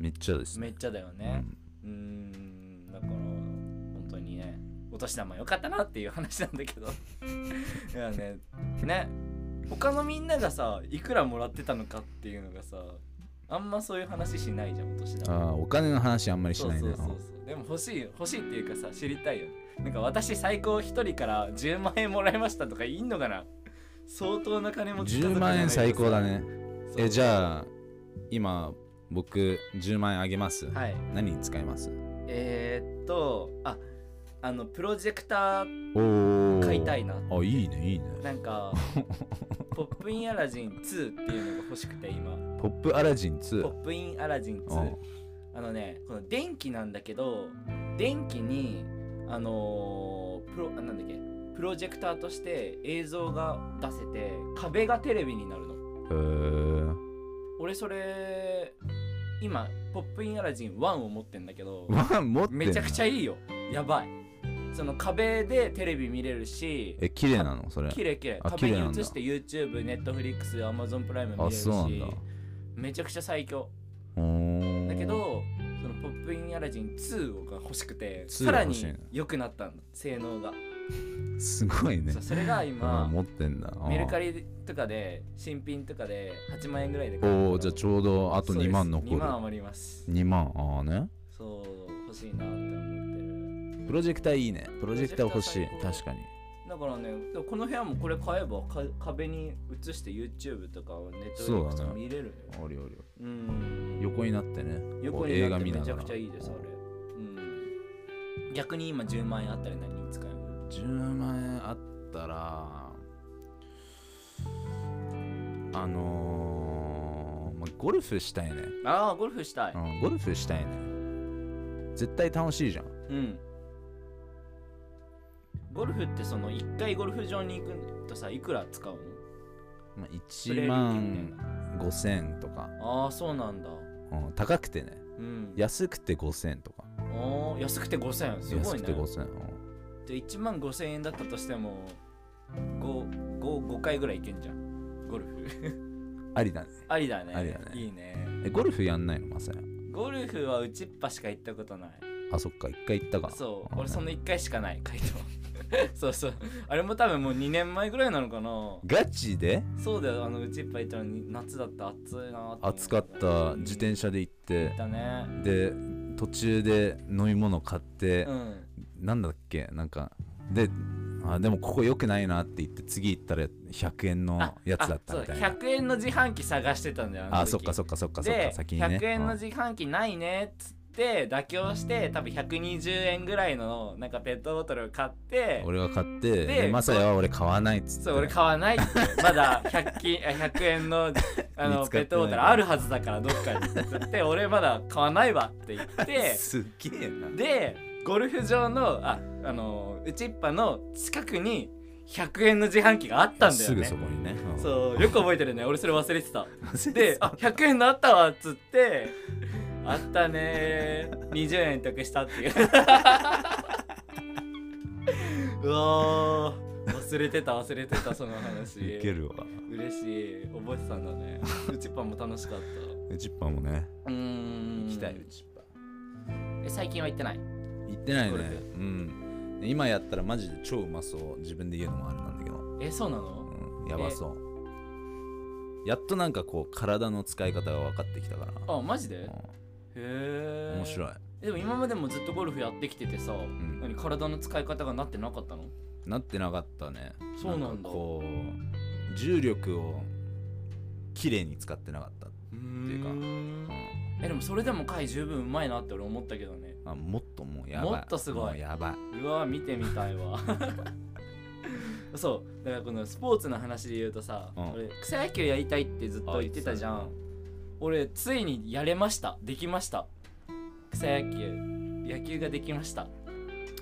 S2: めっちゃですね。
S1: めっちゃだよねうーんだから本当にねお年玉良かったなっていう話なんだけど いやねね他のみんながさいくらもらってたのかっていうのがさあんまそういう話しないじゃんお年
S2: うん、
S1: 玉
S2: ああお金の話あんまりし
S1: そう
S2: ない
S1: そう
S2: ね。
S1: そうそうでも欲しい欲しいっていうかさ知りたいよねなんか私最高一人から10万円もらいましたとかいいんのかな相当な金持ち家族じ
S2: 10
S1: ゃないと
S2: 万円
S1: さ
S2: 最高だね。
S1: そう
S2: えじゃあ今僕10万円あげます、
S1: はい
S2: 何に使います
S1: えー、っとああのプロジェクター
S2: おお
S1: 買いたいな
S2: あいいねいいね
S1: なん か「ポップインアラジン2」っていうのが欲しくて今
S2: ポップアラジン
S1: 「
S2: 2
S1: ポップインアラジン
S2: う
S1: 2
S2: ん」
S1: あのねこの電気なんだけど電気にあのープロあなんだっけプロジェクターとして映像が出せて壁がテレビになるの
S2: へー
S1: 俺それ今「ポップインアラジン1」を持ってんだけど
S2: わあ持ってん
S1: めちゃくち
S2: ゃ
S1: ゃいいよやばいその壁でテレビ見れるし
S2: え綺麗なのそれ
S1: 綺麗綺麗
S2: あ
S1: 壁に
S2: 綺麗なんだ
S1: 映して YouTube、Netflix、Amazon プライム見れ
S2: あ
S1: るし
S2: そうなんだ
S1: めちゃくちゃ最強
S2: おー
S1: だけどそのポップインアラジン2が欲しくて
S2: 2
S1: さらに
S2: が欲しいの
S1: 良くなったんだ性能が、
S2: すごいね
S1: そうそれが
S2: うん
S1: 今
S2: 持ってんだ
S1: メルカリとかで新品とかで8万円ぐらいで
S2: お
S1: 買
S2: おーじゃあちょうどあと2万残る
S1: 2万余ります
S2: 2万ああね
S1: そう欲しいなって思ってる
S2: プロジェクターいいねプロジェクター欲し
S1: プロ
S2: い
S1: ジェクター最
S2: 確かに
S1: なだからねでもこの部屋もこれ買えばか壁に映して YouTube とかネット
S2: そ
S1: フ
S2: う
S1: リック
S2: だね
S1: ス見れるよ
S2: あるよあるよ
S1: うん
S2: 横になってねこ
S1: 横
S2: う
S1: にな
S2: 映画
S1: って
S2: 見
S1: め
S2: な
S1: ち
S2: が
S1: ゃ
S2: ら
S1: くちゃいいですあれうん逆に今10万円あったり何に使える
S2: 10万円あったらあのーまあ、ゴルフしたいね、
S1: ああゴルフしたい
S2: うん、ゴルフしたいね絶対楽しいじゃん
S1: うんゴルフってその1回ゴルフ場に行くとさいくら使うの
S2: まあ、
S1: プレー
S2: 1
S1: リーグみたい
S2: 万5000とか、
S1: ああそうなんだう
S2: うん、高くてね
S1: ん
S2: 安くて5000とか
S1: ああ安くて5000円すご
S2: 安
S1: い
S2: く
S1: ね
S2: て5000、
S1: で1万5000円だったとしても 5, 5, 5回ぐらい行けんじゃんゴルフ
S2: うん、ありだね
S1: ありだね
S2: ありだね
S1: いいね
S2: えゴルフやんないのまさや
S1: ゴルフは打ちっぱしか行ったことない
S2: あそっか一回行ったか
S1: そう
S2: あ
S1: 俺その1回しかない回答 そうそうあれも多分もう2年前ぐらいなのかな
S2: ガチで
S1: そうだよあの打ちっぱ行ったのに夏だった暑いな
S2: 暑かった自転
S1: 車
S2: 車で行って
S1: だね
S2: で途中で飲み物買って
S1: う、ん
S2: なんだっけなんかであでもここ良くないなって言って次行ったら100円のやつだったみたい
S1: あ
S2: な
S1: そう100円の自販機探してたんだよ
S2: あ
S1: の時
S2: そっかそっかそっかそっか
S1: で、
S2: 先にね
S1: 100円の自販機ないねっつって妥協して多分120円ぐらいのなんかペットボトルを買っ
S2: う
S1: て
S2: ん俺が買っ
S1: で
S2: てでマサヤは俺買わないっつって
S1: そう俺買わないってまだ 100, 均あ100円のあ
S2: 見
S1: の
S2: つか
S1: ペ
S2: ってな
S1: ットボ
S2: い
S1: トルあるはずだからどっかにっつって俺まだ買わないわって言って
S2: すっげえな
S1: でゴルフ場のああの打ちっぱの近くに100円の自販機があったんだよ
S2: すぐそ
S1: ね
S2: こにね、うん
S1: そうよく覚えてるね俺それ忘れてた
S2: 忘れ
S1: で
S2: て
S1: 「あ
S2: た
S1: 100円のあったわ」っつって「あったねー20円得した」っていう うわー忘れてた忘れてたその話
S2: いけるわ
S1: 嬉しい覚えてたんだねうちっぱも楽しかった
S2: ジッパーもね
S1: うーん
S2: ちっぱ
S1: え最近は行ってない
S2: 行ってないね
S1: ゴルフ
S2: うん今やったらマジで超うまそう自分で言うのもあれなんだけど、
S1: えそうなの
S2: うん、やばそうやっとなんかこう体の使い方が分かってきたから
S1: あマジでへ
S2: うん
S1: え
S2: 面白い
S1: でも今までもずっとゴルフやってきててさ、
S2: ん
S1: 何体の使い方がなってなかったの
S2: なってなかったね
S1: そうなんだ
S2: かこう重力を綺麗に使ってなかった、
S1: う
S2: いうか
S1: ん
S2: う
S1: えでもそれでも回十分うまいなって俺思ったけどね
S2: んあもっともうやばい
S1: もっとすごい
S2: もうやばいう
S1: わ見てみたい わそうだからこのスポーツの話で言うとさ、
S2: うん
S1: 俺草野球やりたいってずっと言ってたじゃ
S2: あ言っ
S1: ん
S2: て
S1: 俺ついにやれましたできました草野球野球ができました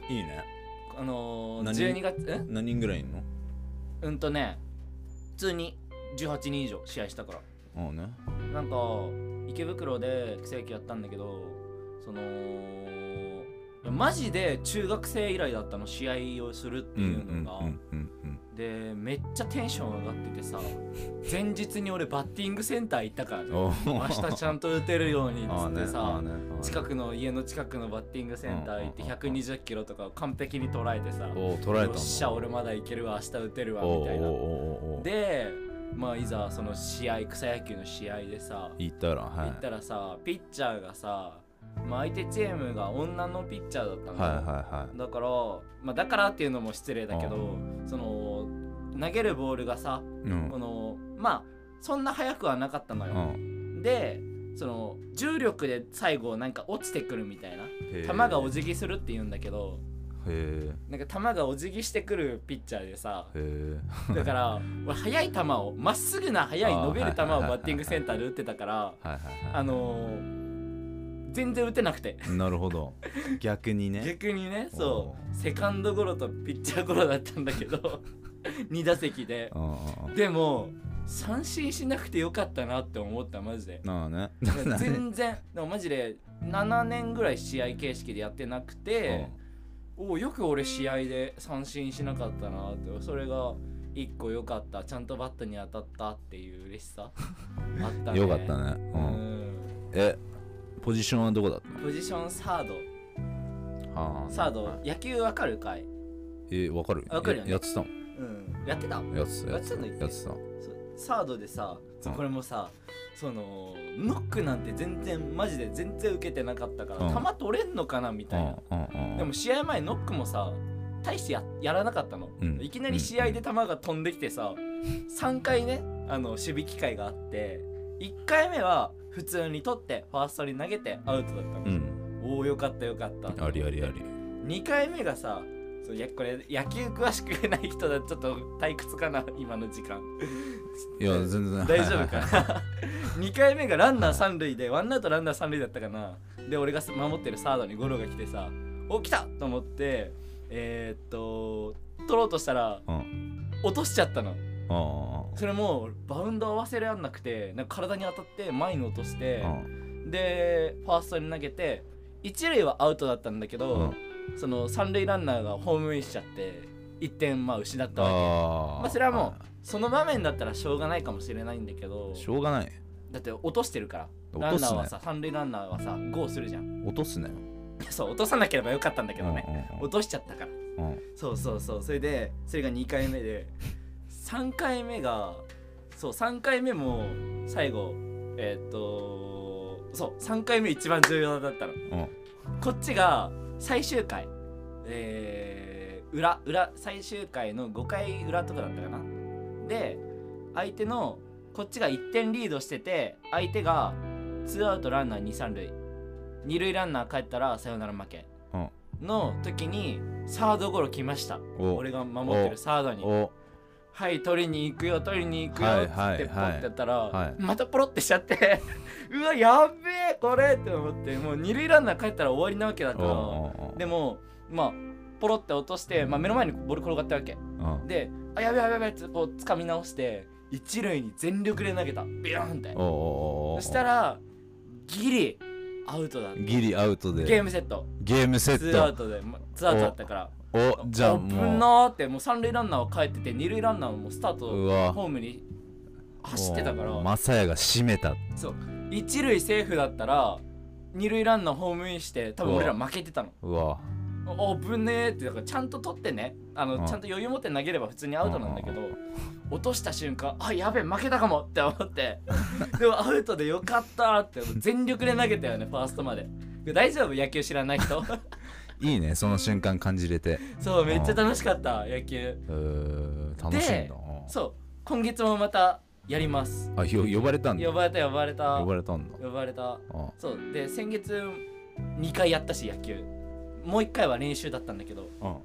S2: いいね
S1: あのー、
S2: 何
S1: 12月ん
S2: 何人ぐらいいんの
S1: うんとね普通に18人以上試合したから
S2: ああね
S1: なんか池袋で草野球やったんだけどそのいやマジで中学生以来だったの試合をするって
S2: うんう
S1: い
S2: ん
S1: うのが、
S2: うんうん
S1: でめっちゃテンション上がっててさ前日に俺バッティングセンター行ったから
S2: う
S1: ね
S2: んおー
S1: 明日ちゃんと打てるようにっ
S2: あ
S1: つ
S2: あ
S1: って
S2: ねああ
S1: さ
S2: ねああ
S1: 近くの家の近くのバッティングセンター行って
S2: うんうんうん
S1: 120キロとかを完璧に捉えてさ
S2: おー捉えた
S1: よ
S2: の
S1: っしゃ俺まだいけるわ明日打てるわみたい
S2: おー
S1: な
S2: おーおーおーおー
S1: でまあいざその試合草野球の試合でさ
S2: 行ったらは
S1: 行
S2: い
S1: ったらさピッチャーがさ、まあ、相手チームが女のピッチャーだったの、
S2: はいはいはい
S1: だから、まあ、だからっていうのも失礼だけどその投げるボールがさ
S2: うん
S1: このまあそんな速くはなかったの
S2: う
S1: よ、
S2: ん
S1: でその重力で最後なんか落ちてくるみたいな
S2: へー
S1: 球がお辞儀するって言うんだけど
S2: へえ
S1: なんか球がお辞儀してくるピッチャーでさ
S2: へえ
S1: だから俺速い球をまっすぐな速い伸びる球を
S2: あーはいはいはいはい
S1: バッティングセンターで打ってたから
S2: はいはい
S1: あ
S2: は
S1: のー全然打てなくて
S2: いなる ほど逆にね
S1: 逆にねそうセカンドゴロとピッチャーゴロだったんだけど2 打席で
S2: うんうんうん
S1: でも三振しなくてよかったなって思ったマジで
S2: な あね
S1: 全然でもマジで7年ぐらい試合形式でやってなくておうよく俺試合で三振しなかったなってそれが1個良かったちゃんとバットに当たったっていう嬉し さあった
S2: うん
S1: ね
S2: よかったね
S1: う
S2: うん
S1: ん
S2: えポジションはどこだったの
S1: ポジションサード
S2: はあ
S1: サード野球わかるかい
S2: えわかる
S1: わかるよね
S2: ややってたの
S1: うんやってた
S2: やってた
S1: やってたの
S2: やってた
S1: そうサードでさ、そう
S2: うん
S1: これもさそのノックなんて全然マジで全然受けてなかったから、
S2: うん
S1: 球取れんのかなみたいな、
S2: うんうんうん
S1: でも試合前ノックもさ大してややらなかったの、
S2: うん
S1: いきなり試合で球が飛んできてさ、3回ねあの守備機会があって1回目は普通に取ってファーストに投げてアウトだったの、
S2: うん
S1: おおよかったよかった
S2: ありありあり
S1: 2回目がさそういやこれ野球詳しくない人だとちょっと退屈かな今の時間
S2: いや全 然
S1: 大丈 夫か な2回目がランナー三塁でワンアウトランナー三塁だったかなで俺が守ってるサードにゴロが来てさ「お来た!」と思ってえーっと取ろうとしたら
S2: うん
S1: 落としちゃったの
S2: ああ
S1: それもバウンド合わせらんなくてなんか体に当たって前に落として
S2: あ
S1: でファーストに投げて一塁はアウトだったんだけど、その三塁ランナーがホームインしちゃって1点まあ失ったわけ
S2: あ
S1: まあそれはもその場面だったらしょうがないかもしれないんだけど
S2: しょうがない
S1: だって落としてるから
S2: 落
S1: ラ
S2: と
S1: ンナ
S2: す
S1: ー
S2: な
S1: は
S2: よ
S1: さ三塁ランナーはさゴーするじゃん
S2: 落とすなよ
S1: そう落とさなければよかったんだけどね、
S2: ね
S1: 落としちゃったからそうそうそうそれでそれが2回目で3回目がそう3回目も最後えーっとそう3回目一番重要だったのこっちが最終回えー、裏裏最終回の5回裏とかだったかなで相手のこっちが1点リードしてて相手がツーアウトランナー2三塁二塁ランナー帰ったらサヨナラ負け
S2: うん
S1: の時にサードゴロ来ました
S2: お
S1: 俺が守ってるサードに
S2: お
S1: 「はい取りに行くよ取りに行くよ」
S2: はい
S1: っつ
S2: はい
S1: ってポってやったら、
S2: はい
S1: またポロってしちゃって うわやっべえこれって思ってもう二塁ランナー帰ったら終わりなわけだから
S2: お
S1: でもまあポロって落として、まあ、目の前にボール転がったわけで「あやべえやべえやべえ」ってこう掴み直して一塁に全力で投げたビヨーンって
S2: おお
S1: そしたらギリアウトだった
S2: ギリアウトで
S1: ゲームセット
S2: ゲームセ
S1: ツーアウ
S2: ッ
S1: トでまツーアウトだったから
S2: トおじゃあ
S1: 危な
S2: も
S1: ーってもう三塁ランナーは帰ってて二塁ランナーはもうスター
S2: うう
S1: ト
S2: わ
S1: ホームに走ってたから
S2: マサヤが締めた
S1: そう一塁セーフだったら二塁ランナーホームインして多分俺ら負けてたの
S2: うわ
S1: あぶねえってだからちゃんと取ってねあ
S2: うん
S1: のちゃんと余裕持って投げれば普通にアウトなんだけど落とした瞬間あやべえ負けたかもって思って でもアウトでよかったって全力で投げたよねファーストまで大丈夫野球知らない 人
S2: いいねその瞬間感じれて
S1: そうめっちゃ楽しかった野球
S2: うー楽しいんだ
S1: そう今月もまたやります
S2: あひ呼ばれたんだ
S1: 呼ばれた呼ばれた
S2: 呼ばれたんだ
S1: 呼ばれた
S2: あ
S1: そうで先月2回やったし野球もう1回は練習だったんだけど
S2: うん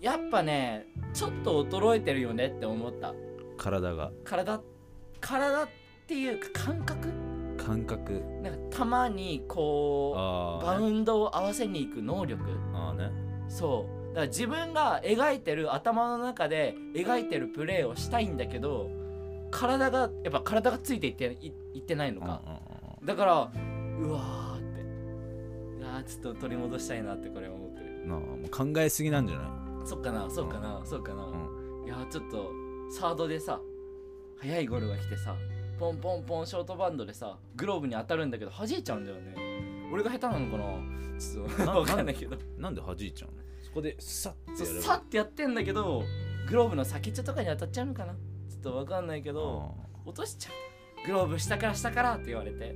S1: やっぱねちょっと衰えてるよねって思った
S2: 体が
S1: 体体っていうか感覚
S2: 感覚
S1: なんか球にこうバ
S2: あ
S1: ウンドを合わせにいく能力
S2: あね
S1: そうだから自分が描いてる頭の中で描いてるプレーをしたいんだけど体がやっぱ体がついていっていいってないのか、だからうわーってうわーちょっと取り戻したいなってこれは思ってる
S2: なあもう考えすぎなんじゃない
S1: そっかなそうかな、そうかな、
S2: う
S1: いやーちょっとサードでさ速いゴロが来てさポンポンポンショートバンドでさグローブに当たるんだけど弾いちゃうんだよね俺が下手なのかなちょっと
S2: な
S1: わかんないけど
S2: なんで弾いちゃうのそこでさっ
S1: そうさってやってんだけどグローブの先っちょとかに当たっちゃうのかなちょっとわかんないけど落としちゃうグローブ下から下からって言われて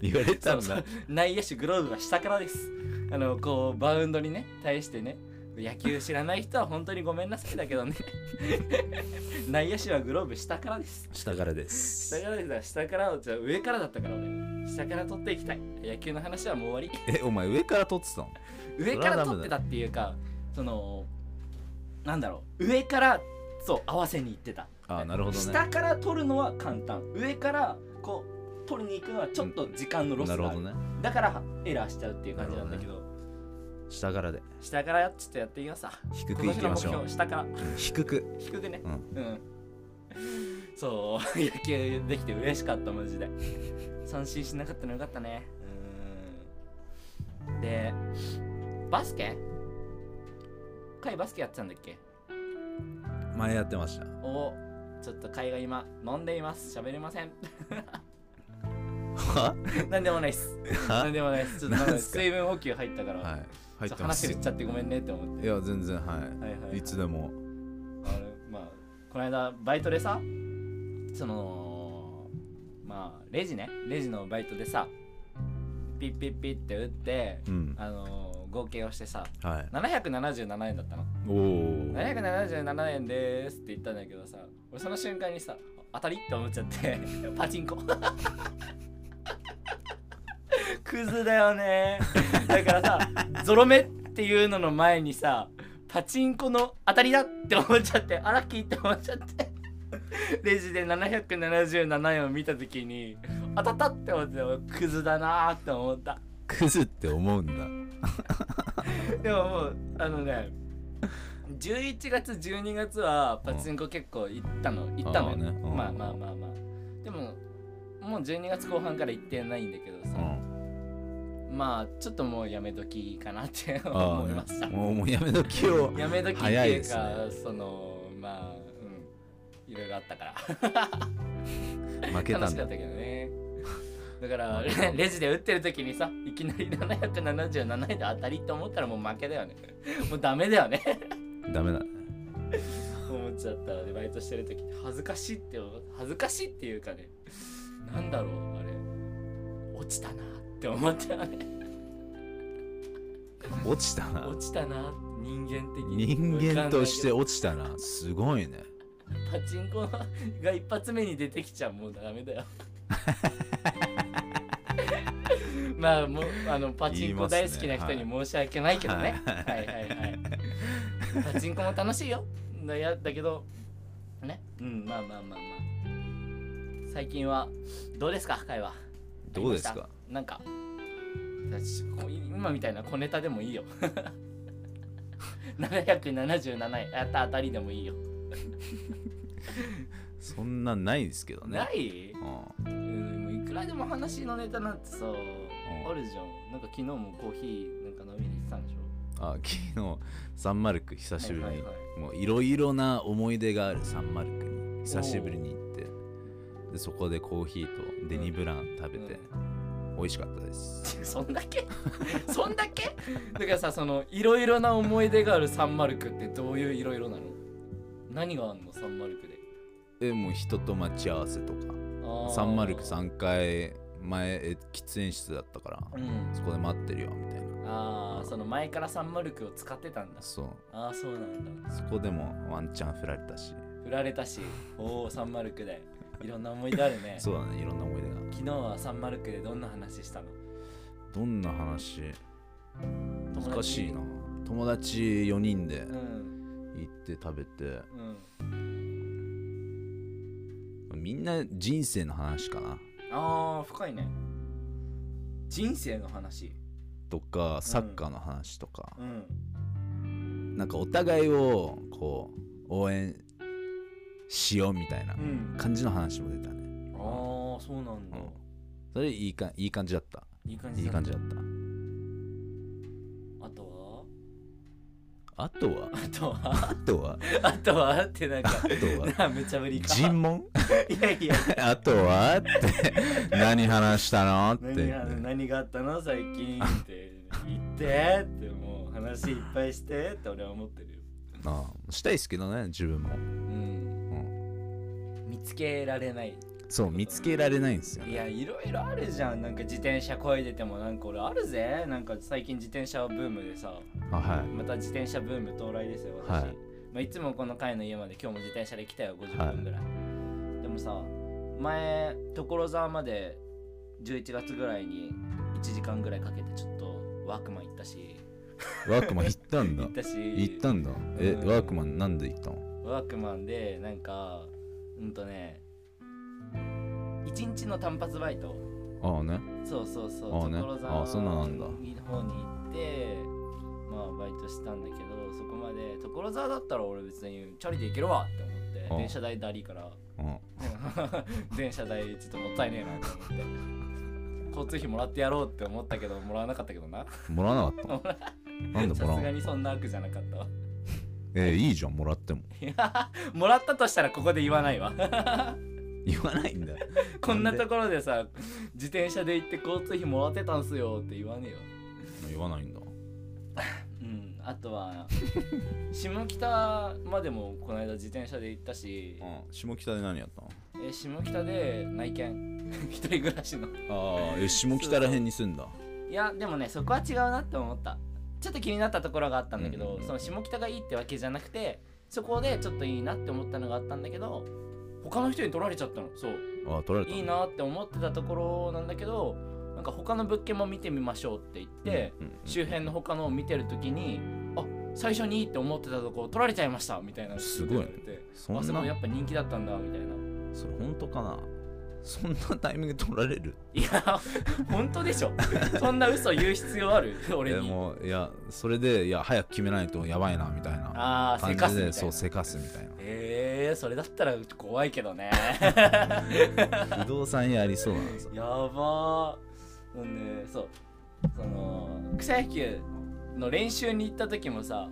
S2: 言われたん
S1: そうそ
S2: だ
S1: う内野手グローブは下からですあのこうバウンドにね対してね野球知らない人は本当にごめんなさいだけどね 内野手はグローブ下からです
S2: 下からで
S1: 下
S2: す
S1: からですだ下からじゃあ上からだったから俺下から取っていきたい野球の話はもう終わ
S2: えお前上から撮ってたの
S1: り上から取ってたっていうかそのなんだろう上からそう合わせに行ってた
S2: あーなるほどね
S1: 下から取るのは簡単上からこう取りに行くのはちょっと時間のロスが
S2: な
S1: ある
S2: るほどね
S1: だからエラーしちゃうっていう感じなんだけど
S2: 下からで
S1: 下からちょっとやってみますさ
S2: 低
S1: 今年
S2: くい
S1: の
S2: きま
S1: 目
S2: しょう
S1: 標下から
S2: 低く
S1: 低くね
S2: うん
S1: うんそう 野球できて嬉しかったマジで三振しなかったのよかったねうーんでバスケ海バスケやってたんだっけ
S2: 前やってました
S1: おちょっと海が今飲んでいます喋れません
S2: は
S1: なんでもないっすなんでもないっすちょっとなん
S2: な
S1: か
S2: んすか
S1: 水分補給入ったから、
S2: はい入
S1: ちょって
S2: っ
S1: と
S2: ま
S1: 話
S2: す
S1: 振っちゃってごめんねって思って
S2: いや全然はい
S1: はいはい、はい
S2: いつでも
S1: あれまあこの間バイトでさそのまあレジねレジのバイトでさピッピッピッって打って
S2: うん
S1: あのー合計をしてさ
S2: はい
S1: 777円だったの
S2: おお
S1: 777円でーすって言ったんだけどさ俺その瞬間にさ当たりって思っちゃってパチンコ クズだよねだからさゾロ目っていうのの前にさパチンコの当たりだって思っちゃってあラッキーって思っちゃってレジで777円を見た時に当たったって思って俺クズだなーって思った
S2: クズって思うん
S1: でももうあのね11月12月はパチンコ結構行ったの行ったのよ、
S2: ああねうん
S1: まあまあまあまあでももう12月後半から行ってないんだけど
S2: だ、
S1: さ、
S2: ん、
S1: まあちょっともうやめときかなって
S2: あ
S1: 思いました
S2: あもうもうやめときよ
S1: やめときって
S2: 早い
S1: い
S2: で
S1: う
S2: す
S1: か
S2: ね
S1: そのまあうんいろいろあったから
S2: 負けた
S1: 楽
S2: ん
S1: しか
S2: だ
S1: ったけどねだからレレジで打ってる時にさいきなり777円で当たりって思ったらもう負けだよねもうダメだよね
S2: ダメだ
S1: 思っちゃったらねバイトしてる時恥ずかしいって思う恥ずかしいっていうかねなんだろうあれ落ちたなって思ったよね
S2: 落ちたな
S1: 落ちたな人間的に
S2: 人間として
S1: わ
S2: 落ちたなすごいね
S1: かんないけどパチンコが 一発目に出てきちゃもうダメ だよまあもうあのパチンコ大好きな人に申し訳ないけどねはいはいはいパチンコも楽しいよだやだけどねうんまあまあまあまあ最近はどうですか会話
S2: どうですか
S1: なんか私こう今みたいな小ネタでもいい よ777円やった当たりでもいいよ、
S2: そんなんないですけどね
S1: ない、
S2: うん
S1: うん、もういくらでも話のネタなんてさ、
S2: ん
S1: あるじゃんなんか昨日もコーヒーなんか飲みに行ってたんでしょ
S2: あ昨日サンマルク久しぶりに、
S1: はいはいは
S2: もういろいろな思い出があるサンマルクに久しぶりに行ってでそこでコーヒーとデニブラン食べて、美味しかったです
S1: そんだけそんだけだからさそのいろいろな思い出があるサンマルクってどういういろいろなの何があんのサンマルクで
S2: でもう人と待ち合わせとか
S1: あー
S2: サンマルク3階前え喫煙室だったから、
S1: うん
S2: そこで待ってるよみたいな
S1: ああその前からサンマルクを使ってたんだ
S2: そう
S1: ああそうなんだ
S2: そこでもワンチャン振られたし
S1: 振られた しおおサンマルクでいろんな思い出あるね
S2: そうだねいろんな思い出が
S1: 昨日はサンマルクでどんな話したの
S2: どんな話
S1: 友達
S2: 難しいな友達4人で
S1: うん
S2: 行って食べて、
S1: うん
S2: みんな人生の話かな
S1: ああ深いね人生の話
S2: とかサッカーの話とか、
S1: うん
S2: なんかお互いをこう応援しようみたいな
S1: うん
S2: 感じの話も出たね、
S1: ああそうなんだ
S2: うんそれいいかいい感じだった
S1: いい感じ
S2: いい
S1: だ
S2: 感
S1: ね
S2: じだった
S1: あと
S2: あとは
S1: はあとは
S2: あと
S1: あ
S2: は
S1: とはって なんか
S2: あとは
S1: なあ無茶ぶりか
S2: 尋問
S1: いやいや
S2: あとはって何話したのって
S1: 何が何があったの最近って言ってってもう話いっぱいしてって俺は思ってるよ、
S2: あしたいですけどね自分も、
S1: うん、
S2: うん、
S1: 見つけられない
S2: そう見つけられないんですよ
S1: い
S2: ね
S1: やいろいろあるじゃんなんか自転車こいでてもなんか俺あるぜなんか最近自転車ブームでさ
S2: あはい
S1: また自転車ブーム到来ですよ私、
S2: はい
S1: いまあ、いつもこの階の家まで今日も自転車で来たよ50分ぐらい、でもさ前所沢まで11月ぐらいに1時間ぐらいかけてちょっとワークマン行ったし
S2: ワークマン行ったんだ
S1: 行ったし
S2: 行ったんだえ、
S1: うん
S2: ワークマンなんで行ったの
S1: ワークマンでなんかうんとね一日の単発バイト
S2: ああね
S1: そうそうそう
S2: ああね
S1: 所
S2: ああそんなのあ
S1: 沢
S2: んだ
S1: の方に行ってまあバイトしたんだけどそこまで所沢だったら俺別にチャリで行けるわって思って
S2: ああ
S1: 電車代だりから
S2: うん
S1: 電車代ちょっともったいねえなと思って交通費もらってやろうって思ったけどもらわなかったけどな
S2: もらわなかったのなんで
S1: さ
S2: もら
S1: す
S2: わ
S1: が
S2: ん
S1: にそんな悪じゃなかったわ
S2: えいいじゃんもらっても
S1: いやもらったとしたらここで言わないわ
S2: 言わないんだ
S1: こんなところでさ自転車で行って交通費もらってたんすよって言わねえよ
S2: 言わないんだ
S1: うんあと は下北までもこの間自転車で行ったし、
S2: うん下北で何やったの
S1: え下北で内 見一人暮らしの
S2: ああえ下北らへんに住んだ
S1: いやでもねそこは違うなって思ったちょっと気になったところがあったんだけど、
S2: うんうんうん
S1: その下北がいいってわけじゃなくてそこでちょっといいなって思ったのがあったんだけど他の人に取られちゃったのそう
S2: あ取られた
S1: いいなって思ってたところなんだけどなんか他の物件も見てみましょうって言って、
S2: うんうんうん
S1: 周辺の他のを見てる時にあ最初にいいって思ってたとこ取られちゃいましたみたいな
S2: すごい
S1: 言
S2: ね
S1: ってて
S2: そん
S1: あそ
S2: な
S1: こやっぱ人気だったんだみたいな
S2: それ本当かなそんなタイミングで取られる
S1: いや本当でしょ そんな嘘言う必要ある
S2: い
S1: 俺
S2: や
S1: に
S2: もういやそれでいや早く決めないとやばいなみたいな
S1: ああせ
S2: 感
S1: かす
S2: じ
S1: みたい
S2: で
S1: な
S2: そうせかすみたい
S1: えー、それだったら怖いけどね
S2: な不動産屋ありそうだなそれ
S1: やばーなんでそうその草野球の練習に行った時もさ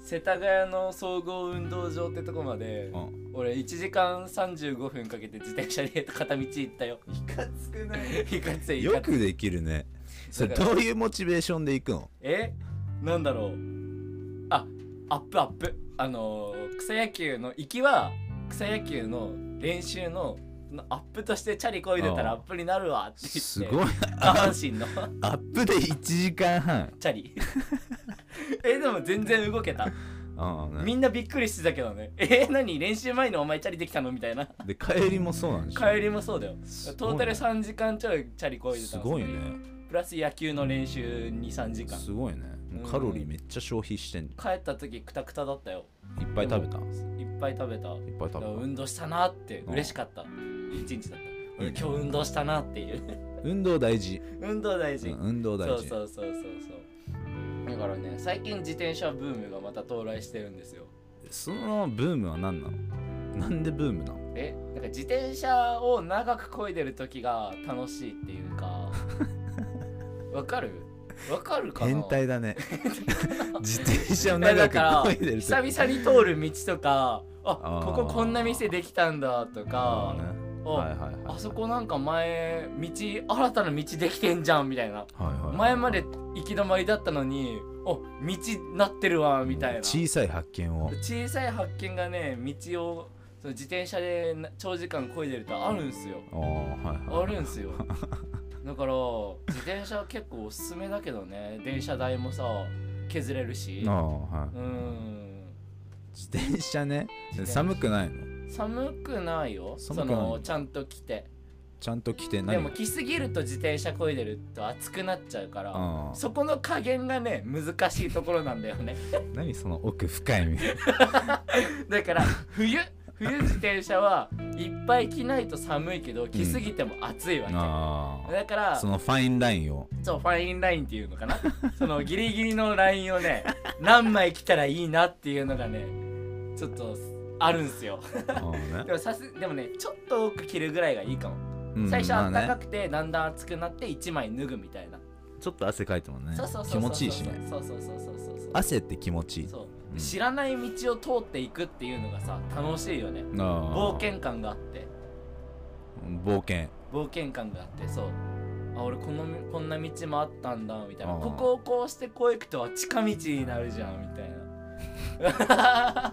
S1: 世田谷の総合運動場ってとこまで
S2: うん
S1: 俺1時間35分かけて自転車で片道行ったよ
S3: いかつくない
S1: いかついいかつい
S2: よくできるねそれ
S1: だか
S2: どういうモチベーションで行くの
S1: えなんだろうあアップアップあのー草野球の行きは草野球の練習ののアップとしてチャリこいでたら
S2: あ
S1: アップになるわって言って
S2: すごい
S1: 下半身 の
S2: アップで1時間半
S1: チャリえでも全然動けた
S2: ああ、
S1: み
S2: ね、
S1: んなびっくりしてたけどねえ何練習前のお前チャリできたのみたいな
S2: で帰りもそうなんでしょ
S1: 帰りもそうだよ
S2: す
S1: ト
S2: ご
S1: ー
S2: いね
S1: タル3時間ちょいチャリこいでた
S2: す
S1: の
S2: ごいね
S1: プラス野球の練習23時間
S2: すごいねもうカロリーめっちゃ消費してんじ
S1: 帰った時クタクタだったよ
S2: ゃんいっぱい食べたい
S1: いっぱい食べた
S2: っぱい食べた
S1: 運動したなって嬉しかった一日だった俺
S2: いいね
S1: 今日運動したなっていう
S2: 運動大事
S1: 運動大
S2: う
S1: 事
S2: ん運動
S1: そ
S2: 大
S1: う
S2: 事
S1: そうそうそうそうだからね最近自転車ブームがまた到来してるんですよ
S2: そのブームは何なのなんでブームなの
S1: えなんか自転車を長く漕いでる時が楽しいっていう かわかるわかるかな
S2: 変態 だね自転車を
S1: いや
S2: 長
S1: だ
S2: く
S1: から
S2: 漕いでる
S1: 久々に通る道とかあ
S2: あー
S1: こここんな店できたんだとか
S2: あ、
S1: あ
S2: はいはいはいはい
S1: あそこなんか前道新たな道できてんじゃんみたいな
S2: はいはいはい
S1: 前まで行き止まりだったのにお道なってるわみたいな
S2: 小さい発見を
S1: 小さい発見がね道をその自転車でな長時間こいでるとあるんすよ
S2: ああはいはい
S1: あるん すよだから自転車結構おすすめだけどね電車代もさ削れるし
S2: ああは
S1: うーん
S2: い自転車ね
S1: 自転車
S2: 寒くないの
S1: 寒くないよ
S2: 寒くない
S1: そのちゃんと来て
S2: ちゃんと着て
S1: で
S2: 何
S1: も来すぎると自転車こいでると暑くなっちゃうから
S2: ああ
S1: そこの加減がね難しいところなんだよね
S2: 何その奥深いみたいな
S1: だから冬冬自転車はいっぱい着ないと寒いけど着すぎても暑いわけ、
S2: あ
S1: だか
S2: あ
S1: ら
S2: そのファインラインを
S1: そうファインラインっていうのかな そのギリギリのラインをね何枚着たらいいなっていうのがねちょっとあるんすよ
S2: ああ
S1: で
S2: ね
S1: もさすでもねちょっと多く着るぐらいがいいかも、
S2: うん
S1: 最初
S2: ま
S1: あ
S2: あ
S1: ったか
S2: ね
S1: くて、だんだん暑くなって1枚脱ぐみたいな、
S2: ちょっと汗かいてもね
S1: そうそうそう
S2: 気
S1: そう
S2: 持ちいいしね
S1: そうそうそうそうそうそう
S2: 汗って気持ちいい
S1: そう、
S2: うん
S1: 知らない道を通っていくっていうのがさ楽しいよね冒
S2: 冒
S1: 険感があって
S2: 冒険
S1: 冒険感があってそうあ俺このこんな道もあったんだみたいな
S2: あー
S1: ここをこうしてこう行くとは近道になるじゃんみたい な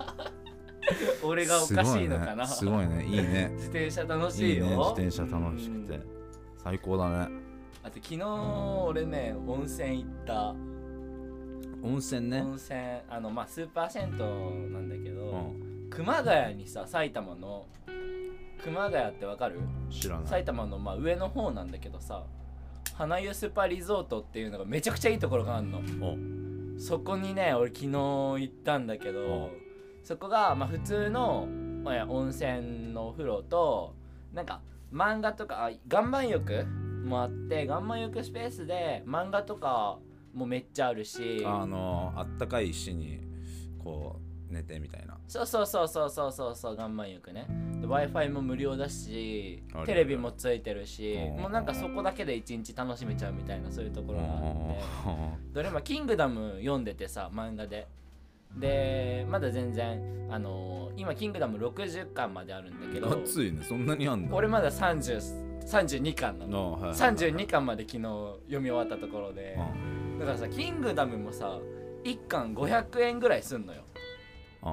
S1: 俺がおかしいのかな、
S2: すごいねすごいねいいね
S1: 自転車楽
S2: い
S1: しい
S2: い
S1: よ
S2: ね自転車楽しくて
S1: うん
S2: 最高だね
S1: あと昨日俺ね温泉行った、
S2: 温泉ね
S1: 温泉あのまあスーパー銭湯なんだけど、
S2: うん
S1: 熊谷にさ埼玉の熊谷ってわかる
S2: 知らない
S1: 埼玉のまあ上の方なんだけどさ花湯スパリゾートっていうのがめちゃくちゃいいところがあるの
S2: お
S1: そこにね俺昨日行ったんだけどそこがまあ普通の、まあ、温泉のお風呂となんか漫画とかあ岩盤浴もあって岩盤浴スペースで漫画とかもめっちゃあるし
S2: あのあったかい石にこう寝てみたいな
S1: そうそうそうそうそうそうそう岩盤浴ねで w i f i も無料だし
S2: あれ
S1: テレビもついてるし
S2: うん
S1: もうなんかそこだけで一日楽しめちゃうみたいなそういうところがあって
S2: う
S1: どれも「キングダム」読んでてさ漫画ででまだ全然あのー今「キングダム」60巻まであるんだけど
S2: ん暑いねそんなにあんだ
S1: 俺まだ30 32巻なの
S2: のはい
S1: 32巻まで昨日読み終わったところで
S2: うん
S1: だからさ「キングダム」もさ1巻500円ぐらいすんのよ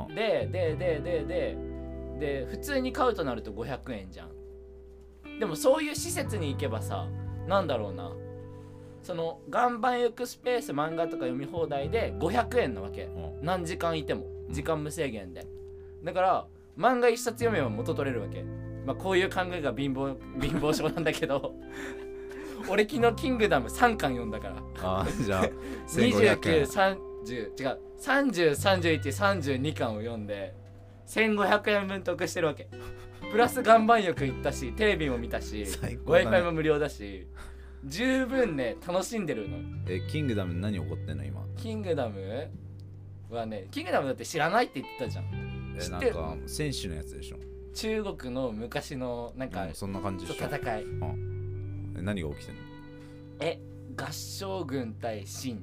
S2: うん
S1: でででででで普通に買うとなると500円じゃんでもそういう施設に行けばさなんだろうなその岩盤浴スペース漫画とか読み放題で500円なわけ
S2: うん
S1: 何時間いても時間無制限でだから漫画一冊読めば元取れるわけ、まあ、こういう考えが貧乏貧乏症なんだけど俺昨日「キングダム」3巻読んだから
S2: あーじゃあ 1500円
S1: 2930違う303132巻を読んで1500円分得してるわけ プラス岩盤浴行ったしテレビも見たし
S2: 最高
S1: w i
S2: だ
S1: f i も
S2: ね
S1: 無料だし十分ね楽しんでるの
S2: えキングダム何起こってんの今
S1: キングダムはねキングダムだって知らないって言ってたじゃん
S2: え
S1: 知
S2: な
S1: っ
S2: ん
S1: てる
S2: か選手のやつでしょ
S1: 中国の昔のなんか
S2: うんそんな感じでしょ
S1: 戦い
S2: え何が起きてんの
S1: え合唱軍対秦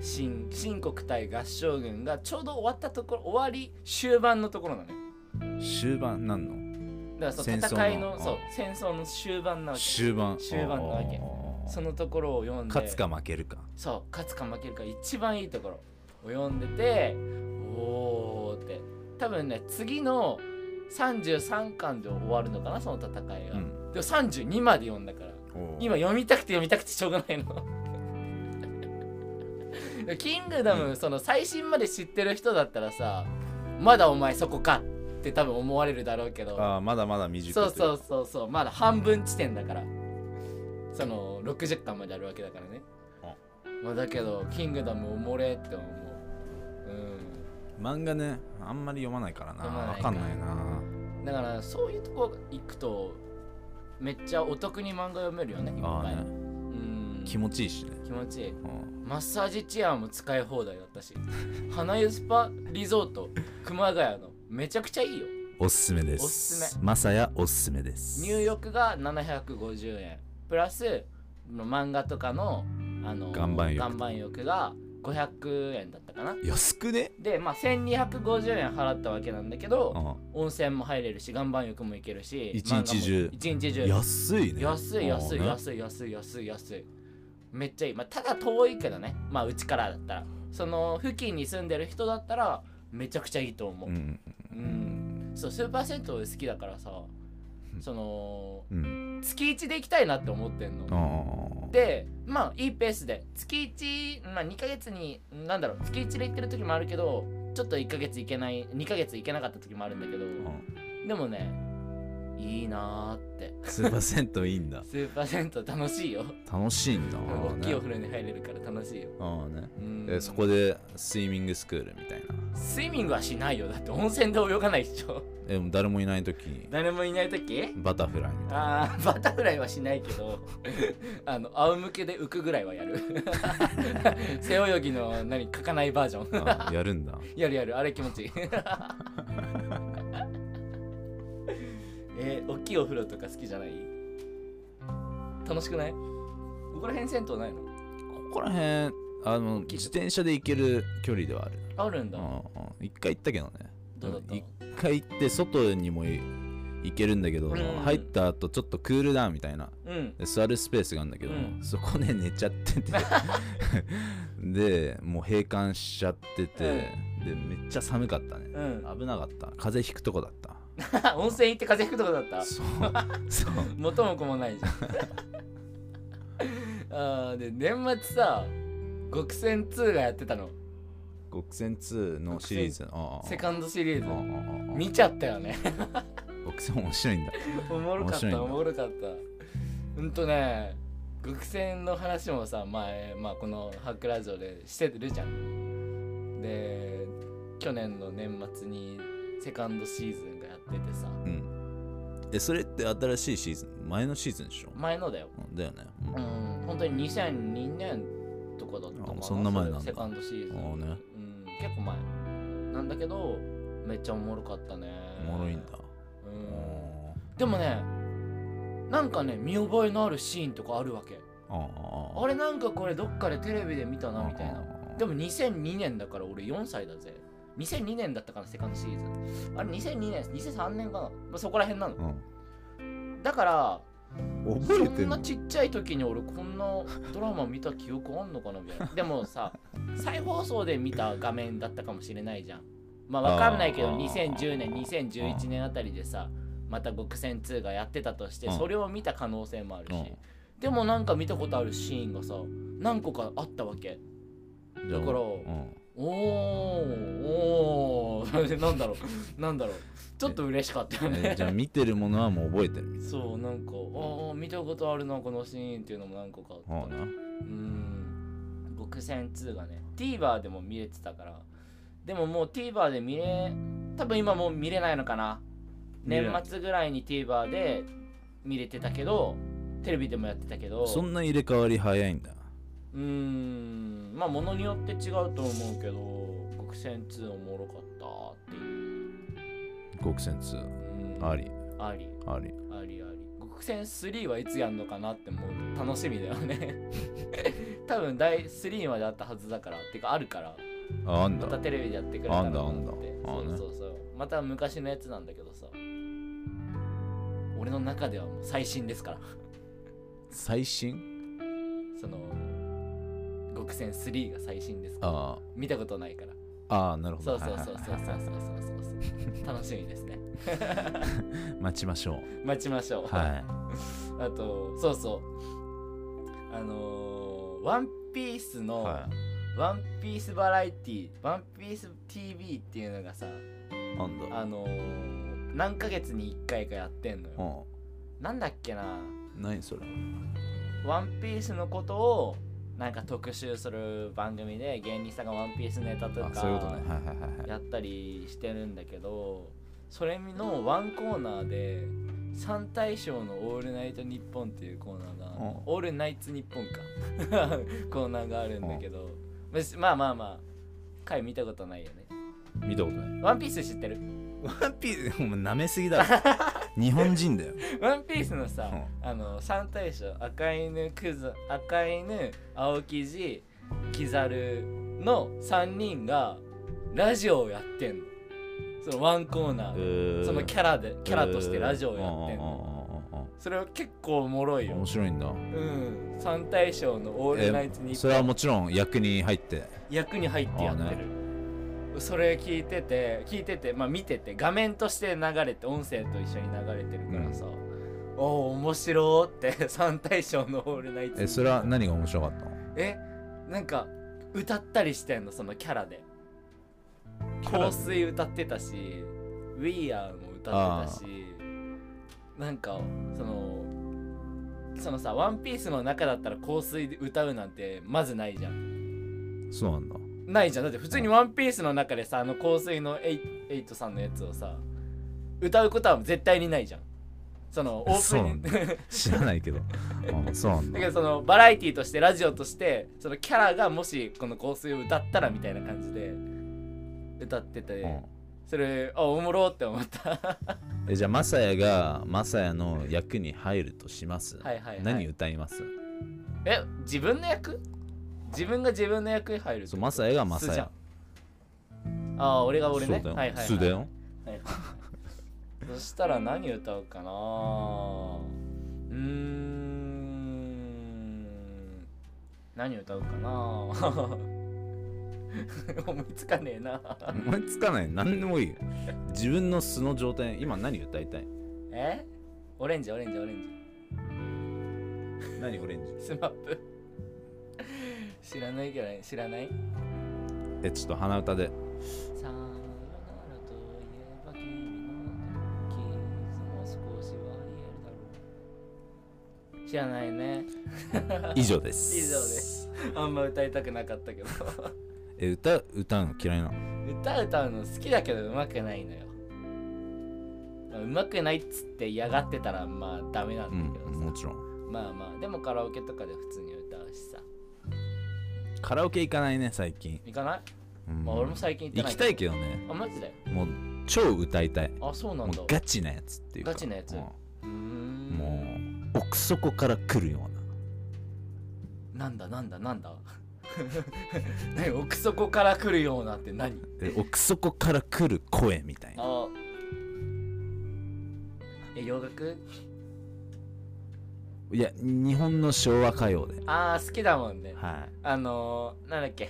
S1: 秦秦国対合唱軍がちょうど終わったところ終わり終盤のところなのね
S2: 終盤なんの
S1: だからその
S2: 戦争の
S1: 戦いの
S2: うん
S1: そう戦争の終盤なわけ
S2: 終盤
S1: 終盤なわけ
S2: あー
S1: そのところを読んで
S2: 勝つか負けるか
S1: そう勝つか負けるか一番いいところを読んでておーって多分ね次の33巻で終わるのかなその戦いが、
S2: う
S1: でも
S2: ん
S1: 32まで読んだから今読みたくて読みたくてしょうがない のキングダムその最新まで知ってる人だったらさまだお前そこかって多分思われるだろうけど
S2: あーまだまだ未熟
S1: そうそううそうそうまだ半分地点だからその60巻まであるわけだからねまあだけど「キングダム」おもれって思う
S2: 漫画ねあんまり読まないからな
S1: 読ま
S2: わ
S1: ない
S2: かんないな
S1: うんだからそういうとこ行くとめっちゃお得に漫画読めるよねいっ
S2: あ
S1: ぱい、
S2: ーね
S1: うん
S2: 気持ちいいしね
S1: 気持ちいい
S2: うん
S1: マッサージチェアも使い放題だったし 花湯スパリゾート熊谷のめちゃくちゃいいよ
S2: おすすめです
S1: おすす
S2: まさやおすすめです
S1: 入浴が750円プラスの漫画とかのあの
S2: 岩盤浴
S1: 岩盤浴が500円だったかな
S2: 安くね
S1: でまあ1250円払ったわけなんだけど
S2: う
S1: 温泉も入れるし岩盤浴も行けるし
S2: 一日
S1: 漫画
S2: 中
S1: も一日中
S2: ん安いね
S1: 安い安い
S2: うんね
S1: 安い安い安い安いめっちゃいい、まあ、ただ遠いけどねまあうちからだったらその付近に住んでる人だったらめちゃくちゃいいと思う
S2: う
S1: うん、
S2: ん
S1: そうスーパー銭湯好きだからさその
S2: うん
S1: 月1で行きたいなって思ってん
S2: あ
S1: の
S2: ー
S1: でまあいいペースで月1まあ2ヶ月になんだろう月1で行ってる時もあるけどちょっと1ヶ月行けない2ヶ月行けなかった時もあるんだけど
S2: うん
S1: でもねいいなーって
S2: スーパー銭湯いいんだ
S1: スーパー銭湯楽しいよ
S2: 楽しいんだあ
S1: 大
S2: ーね
S1: きいお風呂に入れるから楽しいよ。
S2: ああね
S1: うん
S2: えそこでスイミングスクールみたいな
S1: スイミングはしないよ。だって温泉で泳がないでしょ。
S2: えでも誰もいない時に
S1: 誰もいないとき
S2: バタフライみたいな
S1: あ あ、バタフライはしないけど、 あの、仰向けで浮くぐらいはやる。 背泳ぎの何、書かないバージョン。
S2: あやるんだ
S1: やるやる、あれ気持ちいい。 えー、大きいお風呂とか好きじゃない楽しくないここら辺銭湯ないの
S2: ここら辺あの自転車で行ける距離ではある
S1: あるんだ。
S2: うんうん一回行ったけどね
S1: どうだった
S2: 一回行って外にもい行けるんだけど、
S1: うん
S2: 入った後ちょっとクールダウンみたいな
S1: うん。
S2: で座るスペースがあるんだけど、
S1: うん
S2: そこで寝ちゃって てでもう閉館しちゃってて、でめっちゃ寒かったね
S1: うん。
S2: 危なかった風邪ひくとこだった
S1: あ 温泉行って風邪ひくとこだった
S2: そうそう
S1: 元も子もないじゃん あーで年末さ極戦2がやってたの
S2: 極戦2のシリーズああ
S1: セカンドシリー
S2: ああああ
S1: ズ
S2: あ
S1: 見ちゃったよね
S2: あ極戦面白いんだ
S1: おもろかっ
S2: 面白いんだ
S1: たおもろかったうんとね極戦の話もさ前、まあ、この「ハクラジオ」でしてるじゃんで去年の年末にセカンドシーズンがやっててさ
S2: うんえそれって新しいシーズン前のシーズンでしょ、
S1: 前のだよ
S2: うんだよね、うん
S1: うん本当に2002年とかだったかな
S2: あそんな前なんだ
S1: それセカンドシーズン
S2: ああね
S1: うん、結構前なんだけどめっちゃおもろかったね
S2: おもろいんだ、
S1: うんでもねなんかね見覚えのあるシーンとかあるわけ
S2: ああ
S1: あれなんかこれどっかでテレビで見たなみたいなで
S2: も
S1: も2002年だから俺4歳だぜ2002年だったかなセカンドシーズンあれ2002年2003年かな、まあ、そこら辺なのだから
S2: うん、覚え
S1: そ
S2: て
S1: ん
S2: ん
S1: な
S2: の
S1: ちっちゃい時に俺こんなドラマ見た記憶あんのかなみたい なでもさ再放送で見た画面だったかもしれないじゃんまあわかんないけど
S2: あー
S1: 2010年2011年あたりでさまた極戦2がやってたとして
S2: うん
S1: それを見た可能性もあるし
S2: うん
S1: でもなんか見たことあるシーンがさ何個かあったわけ
S2: じゃあ
S1: だから
S2: うん、
S1: おーおー なんだろうなんだろうちょっと嬉しかったよ
S2: え
S1: ね
S2: じゃあ見てるものはもう覚えてるみたい
S1: そうなんかああ見たことあるなこのシーンっていうのも何個かあった
S2: な。はあ
S1: な
S2: な。
S1: うん極戦2がね TVer でも見れてたからでももう TVer で見れ多分今もう見れないのかな
S2: 見れ
S1: 年
S2: ない
S1: 末ぐらいに TVer で見れてたけどテレビでもやってたけど
S2: そんな入れ替わり早いんだ。
S1: うーんまあものによって違うと思うけど極戦2おもろかったっていう
S2: 極戦2。
S1: うん
S2: あり、
S1: あり
S2: あり。
S1: ありあり極戦3はいつやんのかなってもう楽しみだよね 多分第3まであったはずだからてかあるから
S2: あ、あんだ
S1: ま。たテレビでやってくれたらなって
S2: あんだあんだあ
S1: そ
S2: ー
S1: う
S2: ね
S1: そうそうまた昔のやつなんだけどさ俺の中ではもう最新ですから
S2: 最新
S1: その極戦3が最新ですから
S2: あ
S1: 見たことないから
S2: あ、ああ、なるほ
S1: そ
S2: ど。
S1: うそうそう
S2: はい
S1: そう
S2: はい
S1: そう
S2: はい
S1: そうそう そう楽しみですね
S2: 待ちましょ
S1: 待ちましょう
S2: う。は
S1: あとそうそうあのーワンピース
S2: い。
S1: の、
S2: は
S1: ワンピースバラエティワンピース TV っていうのがさ
S2: い。なんだ。
S1: あのー何ヶ月に1回かやってんのよ
S2: う。
S1: なんだっけなん
S2: 何それ。
S1: ワンピースのことをなんか特集する番組で芸人さんがワンピースネタと
S2: あ、
S1: か
S2: そういうことね。はいはいはいはい。
S1: やったりしてるんだけどそれのワンコーナーで三大将の「オールナイトニッポン」っていうコーナーが
S2: うん
S1: 「オールナイツニッポン」か コーナーがあるんだけどまあまあまあまあ回見たことないよね
S2: 見たことない。
S1: ワンピース知ってる
S2: ワンピース、お前舐めすぎだろ。 日本 人だよ。
S1: ワンピースのさ、あの三大将赤犬クズ赤犬青生地キザルの3人がラジオをやってんのそのワンコーナーでそのキャラでキャラとしてラジオをやってんの
S2: の。
S1: それは結構おもろいよ
S2: 面白いんだ。
S1: うん三大将の「オールナイト
S2: え
S1: ニッ
S2: そ
S1: ポン
S2: れはもちろん役に入って。
S1: 役に入ってやって
S2: あー
S1: る、それ聞いてて聞いててまあ見てて画面として流れて音声と一緒に流れてるからさ、おお面白ーって 三大将の「オールナイトニッポン」
S2: え、それは何が面白かったの
S1: えなんか歌ったりしてんのそのキャラで
S2: ャラで
S1: 香水歌ってたし「We Are」も歌ってたしなんかそのそのさ「ワンピースの中だったら香水で歌うなんてまずないじゃん
S2: そうなんだ。
S1: ないじゃんだって普通に「ワンピースの中でさあの香水のエイエイトさんのやつをさ歌うことは絶対にないじゃんそのオープニング
S2: 知らないけど。あそうなんだ
S1: だけ。どそのバラエティとしてラジオとしてそのキャラがもしこの香水を歌ったらみたいな感じで歌ってて、
S2: うん
S1: それあおもろって思った
S2: えじゃあマサヤがマサヤの役に入るとします、
S1: はいはいはい
S2: 何歌います
S1: え自分の役自分が自分の役に入る
S2: そうマサヤがマ
S1: 素
S2: サ
S1: じゃん
S2: ヤ
S1: ああ俺が俺ね
S2: そうだよ、
S1: はいはい、はい、
S2: 素だよ
S1: はいそしたら何歌うかなうーん何歌うかな 思いつかねえな
S2: 思いつかない何でもいいよ自分の素の状態今何歌いたい
S1: えオレンジオレンジオレンジ
S2: 何オレンジ
S1: スマップ知らないけどね知らない
S2: えちょっと鼻歌 で
S1: さよならといえば君のキスも少しは言えるだろう知らないね
S2: 以上です
S1: 以上ですあんま歌いたくなかったけど
S2: え歌歌うの嫌いなの
S1: 歌歌うの好きだけど上手くないのよ上手くないっつって嫌がってたらまあダメな
S2: うんん
S1: だけどさ、
S2: もちろん
S1: まあまあでもカラオケとかで普通に歌うしさ
S2: カラオケ行かないね最近、
S1: 行かない、
S2: うん
S1: まあ俺も最近行って
S2: 行
S1: ない
S2: きたい
S1: き
S2: けどね
S1: たいあマジで
S2: もう超歌いたい
S1: あそうな
S2: も
S1: んだ
S2: うガチなやつっていうか
S1: ガチなやつ
S2: うん
S1: うーん
S2: もう奥底から来るような
S1: なんだなんだなんだ 何奥底から来るようなって何
S2: え奥底から来る声みたいな
S1: あえ洋楽
S2: いや日本の昭和歌謡で
S1: ああ好きだもんね
S2: はい
S1: あのー、なんだっけ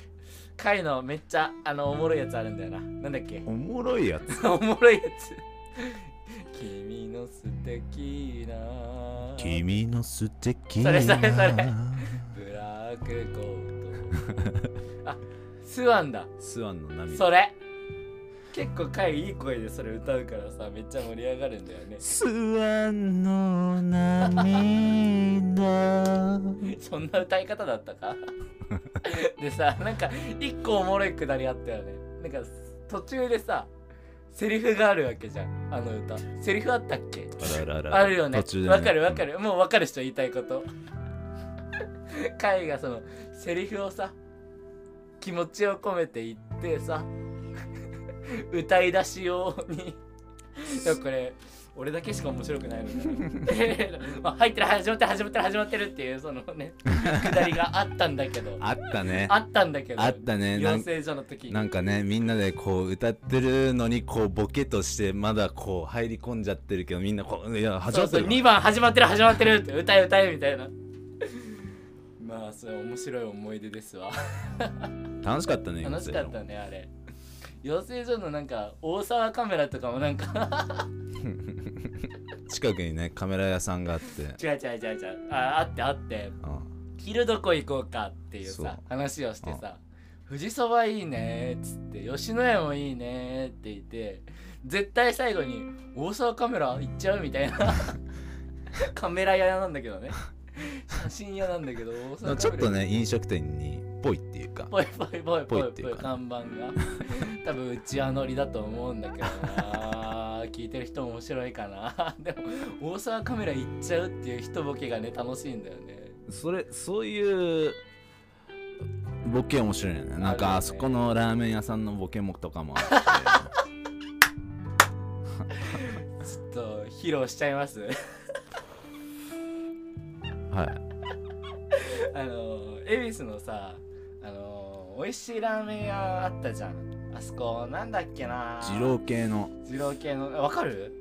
S1: 貝のめっちゃあのおもろいやつあるんだよななんだっ け
S2: おもろいやつ
S1: おもろいやつ君の素敵な
S2: 君の素敵
S1: そ
S2: な
S1: れそれそれブラックコートあスワンだ
S2: スワンの涙
S1: それ結構カイいい声でそれ歌うからさめっちゃ盛り上がるんだよね
S2: スワンの 涙
S1: そんな歌い方だったかでさなんか一個おもろいくだりあったよねなんか途中でさセリフがあるわけじゃんあの歌セリフあったっけ
S2: あららら
S1: あるよね
S2: 途中で
S1: わ、かるわかるもうわかる人言いたいこと カイがそのセリフをさ気持ちを込めて言ってさ 歌い出し用にでもこれ俺だけしか面白くないので、 まあ、入ってる始まってる始まってる始まってるっていうそのねくだりがあったんだけど
S2: あったね
S1: あったんだけど
S2: あったねなん
S1: 養成所の時
S2: なんかねみんなでこう歌ってるのにこうボケとしてまだこう入り込んじゃってるけどみんなこういや始まってる
S1: 2番始まってる始まってるって歌え歌えみたいなまあそれ面白い思い出ですわ
S2: 楽しかったね
S1: 楽しかったねあれ養成所のなんか大沢カメラとかもなんか
S2: 近くにねカメラ屋さんがあって
S1: 違う違う違う違うああってあって
S2: うん
S1: 昼どこ行こうかっていう
S2: そう
S1: さ話をしてさ「富士そばいいね」っつって「吉野家もいいね」って言って絶対最後に「大沢カメラ行っちゃう?」みたい なカメラ屋なんだけどね写真屋なんだけど大
S2: でも
S1: 沢
S2: ち
S1: カ
S2: ょっ
S1: メラ
S2: とね飲食店にぽいっていうか
S1: ぽいぽいぽいぽい
S2: ぽいってい
S1: ぽ
S2: う
S1: い
S2: か
S1: 看 板が多分うちわ乗りだと思うんだけどな聞いてる人も面白いかな でも大沢カメラ行っちゃうっていう人ボケがね楽しいんだよね
S2: それそういうボケ面白いよねなんか
S1: あ
S2: あ
S1: るよね
S2: そこのラーメン屋さんのボケもとかもあ って
S1: ちょっと披露しちゃいます
S2: はい
S1: あの恵比寿のさあの美味しいラーメン屋あったじゃんあそこなんだっけな
S2: 二郎系の
S1: 二郎系のわかる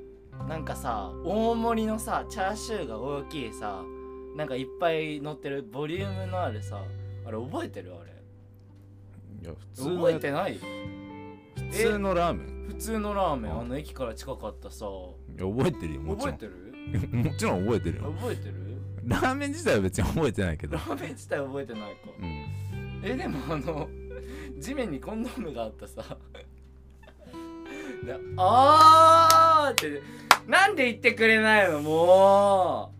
S1: なんかさ大盛りのさチャーシューが大きいさなんかいっぱい乗ってるボリュームのあるさあれ覚えてるあれ
S2: いや普通の
S1: 覚えてない
S2: 普通のラーメン
S1: 普通のラーメン
S2: うん
S1: あの駅から近かったさ
S2: いや覚えてるよもち
S1: 覚
S2: ろ
S1: え
S2: ん
S1: てる
S2: もちろん覚えてるよ
S1: 覚えてる
S2: ラーメン自体は別に覚えてないけど
S1: ラーメン自体覚えてないか
S2: うん
S1: えでもあの地面にコンドームがあったさであーってなんで言ってくれないのも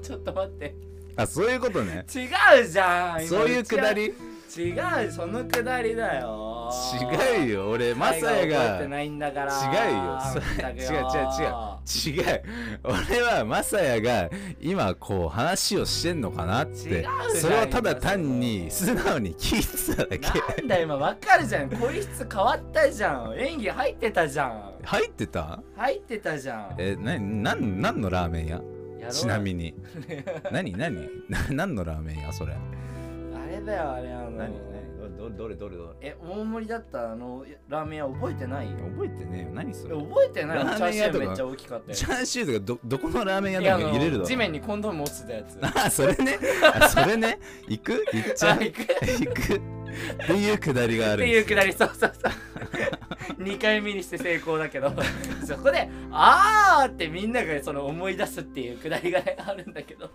S1: うちょっと待って
S2: あそういうこと ね
S1: 違うじゃん今
S2: そういうくだり
S1: 違うそのくだりだよ
S2: 違うよ俺マサヤ
S1: 覚えて
S2: が
S1: ないんだから
S2: 違うよそれ
S1: 全くよ
S2: 違う違違う俺はマサヤが今こう話をしてんのかなっ
S1: 違う
S2: て
S1: じゃん
S2: それをただ単に素直に聞いてただけ
S1: なんだよ今わかるじゃん声質変わったじゃん演技入ってたじゃん
S2: 入ってた
S1: 入ってたじゃん
S2: えななんなんのラーメン屋
S1: やろう
S2: ちなみ に何何 な何のラーメン屋それ
S1: あれだよあれあの
S2: どどれどれどれ
S1: え大盛りだったあのラーメン屋覚えてないよ
S2: 覚えてねえよ何そ
S1: え
S2: れ
S1: 覚えてない
S2: ラ
S1: チ
S2: ー
S1: ャ
S2: メ
S1: ー
S2: ン
S1: シ
S2: 屋
S1: ュ
S2: とか
S1: ーめっちゃ大きかったよ
S2: チャーシューとかどどこのラーメン
S1: い
S2: 屋
S1: や
S2: でも入れるだ
S1: あの
S2: ろ
S1: 地面にコンドーム落ちてたやつ
S2: あそれねあそれね行く行っちゃう
S1: あ行くっ
S2: 行くっていうくだりがある
S1: て
S2: ん
S1: い
S2: で
S1: う
S2: す
S1: くだりそうそうそう2回目にして成功だけど そこで「あー」ってみんながその思い出すっていうくだりがねあるんだけど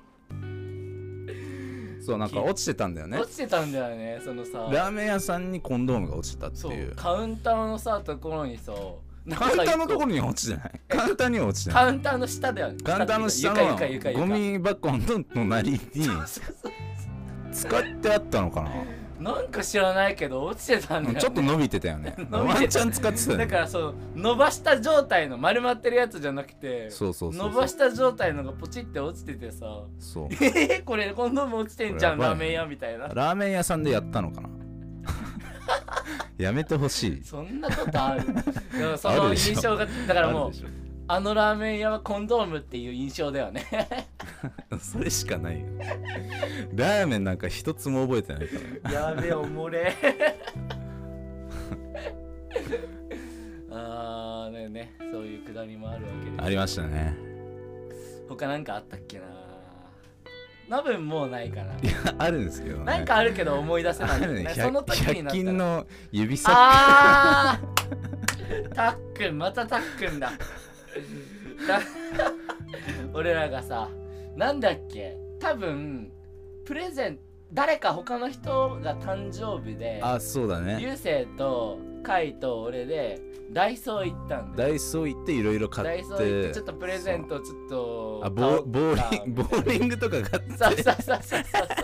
S2: そうなんか落ちてたんだよね
S1: 落ちてたんだよねそのさ
S2: ラーメン屋さんにコンドームが落ちたって
S1: そ
S2: いうう
S1: カウンターのさところにさ
S2: カウンターのとこ
S1: ろ
S2: ろには落ちてないカウンターには落ちてない
S1: カウンターの下だよね
S2: カウンターの下
S1: 床床床
S2: の
S1: 床
S2: ゴミ箱の隣に
S1: そうそう
S2: 使ってあったのかな
S1: なんか知らないけど落ちてたんだよ、ね、
S2: ちょっと伸びてたよね
S1: 伸びてた
S2: ワンチャン使ってたよ
S1: だ
S2: ね
S1: からそう伸ばした状態の丸まってるやつじゃなくて
S2: そうそうそう
S1: 伸ばした状態のがポチって落ちててさ
S2: そう
S1: えー、これこんなもん落ちてんじゃん
S2: これや
S1: ラ
S2: ば
S1: ー
S2: い
S1: メン屋みたいな
S2: ラーメン屋さんでやったのかなやめてほしい
S1: そんなこと あるでもそ
S2: ある
S1: の
S2: でしょ
S1: 印象がだからも
S2: あ
S1: う
S2: るでし
S1: あのラーメン屋はコンドームっていう印象だよね
S2: ょそれしかないよラーメンなんか一つも覚えてないから
S1: やべえおもれ あーねねそういうくだりもあるわけです
S2: ありましたね。
S1: 他なんかあったっけな多分もうないかな
S2: あるんですけどね。
S1: なんかあるけど思い出せな
S2: あ
S1: い、
S2: るね。
S1: ね、
S2: 100,
S1: その時になった
S2: 100均
S1: ら
S2: の指先
S1: あーたっくんまたたっくんだた俺らがさなんだっけ多分プレゼン誰か他の人が誕生日で
S2: あそうだね
S1: 流星とカイと俺でダイソー行ったんだ
S2: ダ
S1: よ
S2: イソー行っていろいろ
S1: ダ
S2: 買
S1: イ
S2: っ
S1: ソー行って
S2: て
S1: ちょっとプレゼントちょっと
S2: あボーボーリン
S1: ン
S2: ボーリングとか買って
S1: そうそうそうそうそうそうだか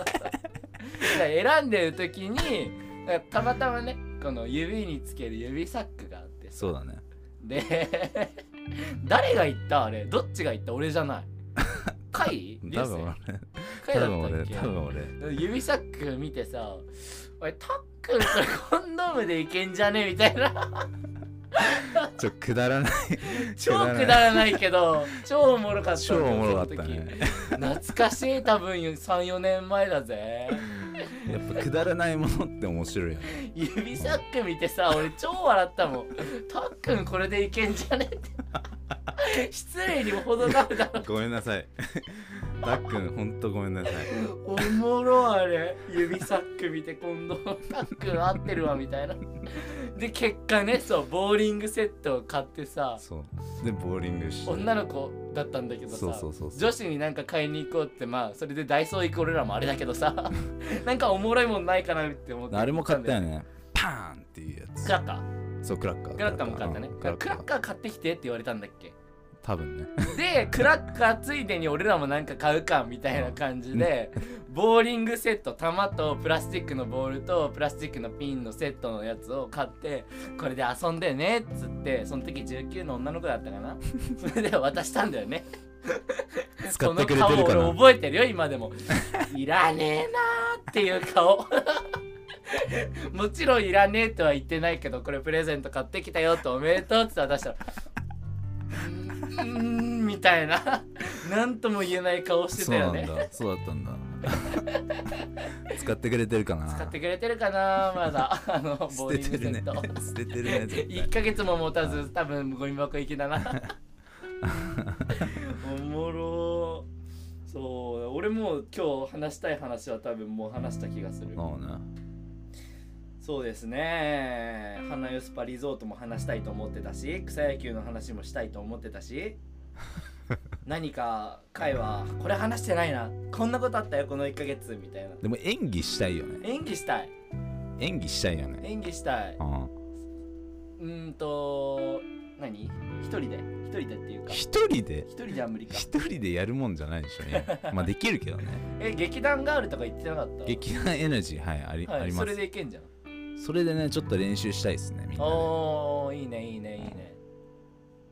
S1: ら選んでる時にだからたまたまねこの指につける指サックがあって
S2: そうだね
S1: で誰が言ったあれどっちが言った俺じゃないカイ流
S2: 多
S1: 星
S2: 分俺
S1: カイ
S2: 多
S1: だ
S2: 分
S1: った
S2: 俺
S1: っけ
S2: 多分俺
S1: 指サック見てさ「おいタックンそれコンドームでいけんじゃね?」みたいな
S2: ちょくだらない
S1: 超くだらないけど超おもろかったんだよ
S2: 超おもろかったね
S1: その時懐かしい多分34年前だぜ
S2: やっぱくだらないものって面白いよね
S1: 指サック見てさ俺超笑ったもんたっくんこれでいけんじゃねって 失礼にも程があるだろ
S2: ごめんなさいたっくんほんとごめんなさい
S1: おもろあれ指サック見て今度たっくん合ってるわみたいなで結果ねそうボーリングセットを買ってさ
S2: そうでボーリングして
S1: 女の子だったんだけどさ
S2: そうそうそうそう
S1: 女子になんか買いに行こうってまあそれでダイソー行く俺らもあれだけどさ なんかおもろいもんないかなって思って
S2: あれも買ったよ
S1: ね
S2: ねパーンっていうや
S1: クラッカー
S2: つそうクラッカー
S1: クラッカーも買ったね
S2: うん
S1: クラッ
S2: ー
S1: カー買ってきてって言われたんだっけ
S2: 多分ね
S1: でクラッカーついでに俺らもなんか買うかみたいな感じでボーリングセット球とプラスチックのボールとプラスチックのピンのセットのやつを買ってこれで遊んでねっつってその時19の女の子だったかな それで渡したんだよね
S2: 使ってくれて る
S1: そ
S2: か
S1: の
S2: な
S1: 顔俺覚えてるよ今で もいらねえなーっていう顔 もちろんいらねえとは言ってないけどこれプレゼント買ってきたよとおめでとうって出したらうーんみたいな何とも言えない顔して
S2: そ
S1: た
S2: う
S1: よ
S2: なん
S1: ね
S2: だそうだったんだ 使ってくれてるかな
S1: 買ってくれてるかなまだあのボーリングセット、
S2: 捨ててるね 捨ててるね
S1: 1
S2: 絶
S1: ヶ月も持たず多分ゴミ箱行きだなおもろそう俺もう今日話したい話は多分もう話した気がする
S2: 対そうね
S1: そうですね花よスパリゾートも話したいと思ってたし草野球の話もしたいと思ってたし何か会はこれ話してないなこんなことあったよこの1ヶ月みたいな
S2: でも演技したいよね
S1: 演技したい
S2: 演技したいよね
S1: 演技したい
S2: うん
S1: うーんと何一人で一人でっていうか一
S2: 一人で
S1: 人じゃ無理か
S2: 一人でやるもんじゃないでしょ演技まあできるけどね
S1: え劇団ガールとか言ってなかった
S2: 劇団エナジーはいあり,、
S1: はい
S2: あり
S1: そ
S2: ま
S1: れ
S2: す
S1: でいけんじゃん
S2: それでねちょっと練習したいですねみんなね
S1: おーいいねいいねいいね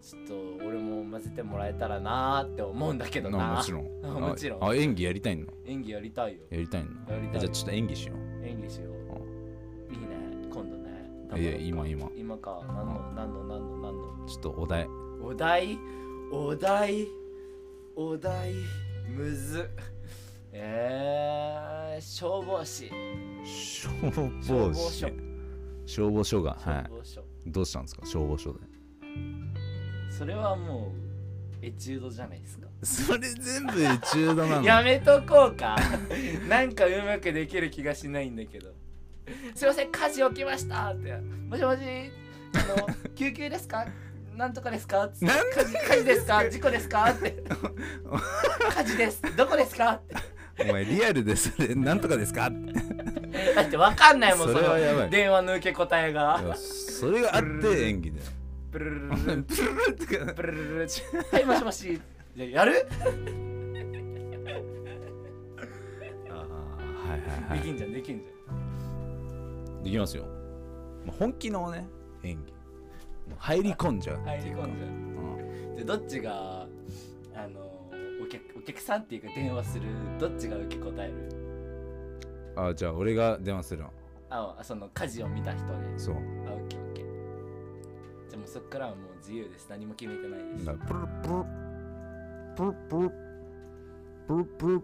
S1: ちょっと俺も混ぜてもらえたらなーって思うんだけど
S2: な
S1: な
S2: もちろん
S1: あ
S2: あ
S1: もちろん
S2: あ演技やりたいの
S1: 演技やりたいよ
S2: やりたいの
S1: やりたい
S2: じゃあちょっと演技しよ
S1: 演技しよういいね今度ね
S2: ういや今今
S1: 今か何の何の何の何の
S2: ちょっとお題
S1: お題お題お題むずっえー、消防士
S2: 消防
S1: 消
S2: 署消防署がは
S1: 消
S2: い
S1: 防署、
S2: どうしたんですか消防署で
S1: それはもうエチュードじゃないですか
S2: それ全部中途なの
S1: やめとこうかなんかうまくできる気がしないんだけどすいません火事起きましたってもしもしあの救急ですかなんとかですかつって
S2: なん
S1: 火事火事ですか事故ですかって火事ですどこですかって
S2: お前リアルでそれなんとかですかって
S1: だってわかんないもん
S2: それはやばい
S1: 電話の受け答え
S2: い
S1: が
S2: やそれがあって演技だよ
S1: プルルルルル
S2: プルルってか
S1: プルルルルはいもしもしいややる
S2: あーはいはいは
S1: で
S2: い
S1: きんじゃんできんじゃ
S2: できますよまあ本気のね演技もう入り込んじゃうん
S1: 入り込んじゃう
S2: うん
S1: でどっちがあのお客お客さんっていうか電話するどっちが受け答える
S2: あじゃあ俺が電話するの
S1: あその火事を見た人で
S2: そう
S1: あオッケーオッケーじゃあもうそっからはもう自由です何も決めてないです
S2: だからプルプルプルプルプルプル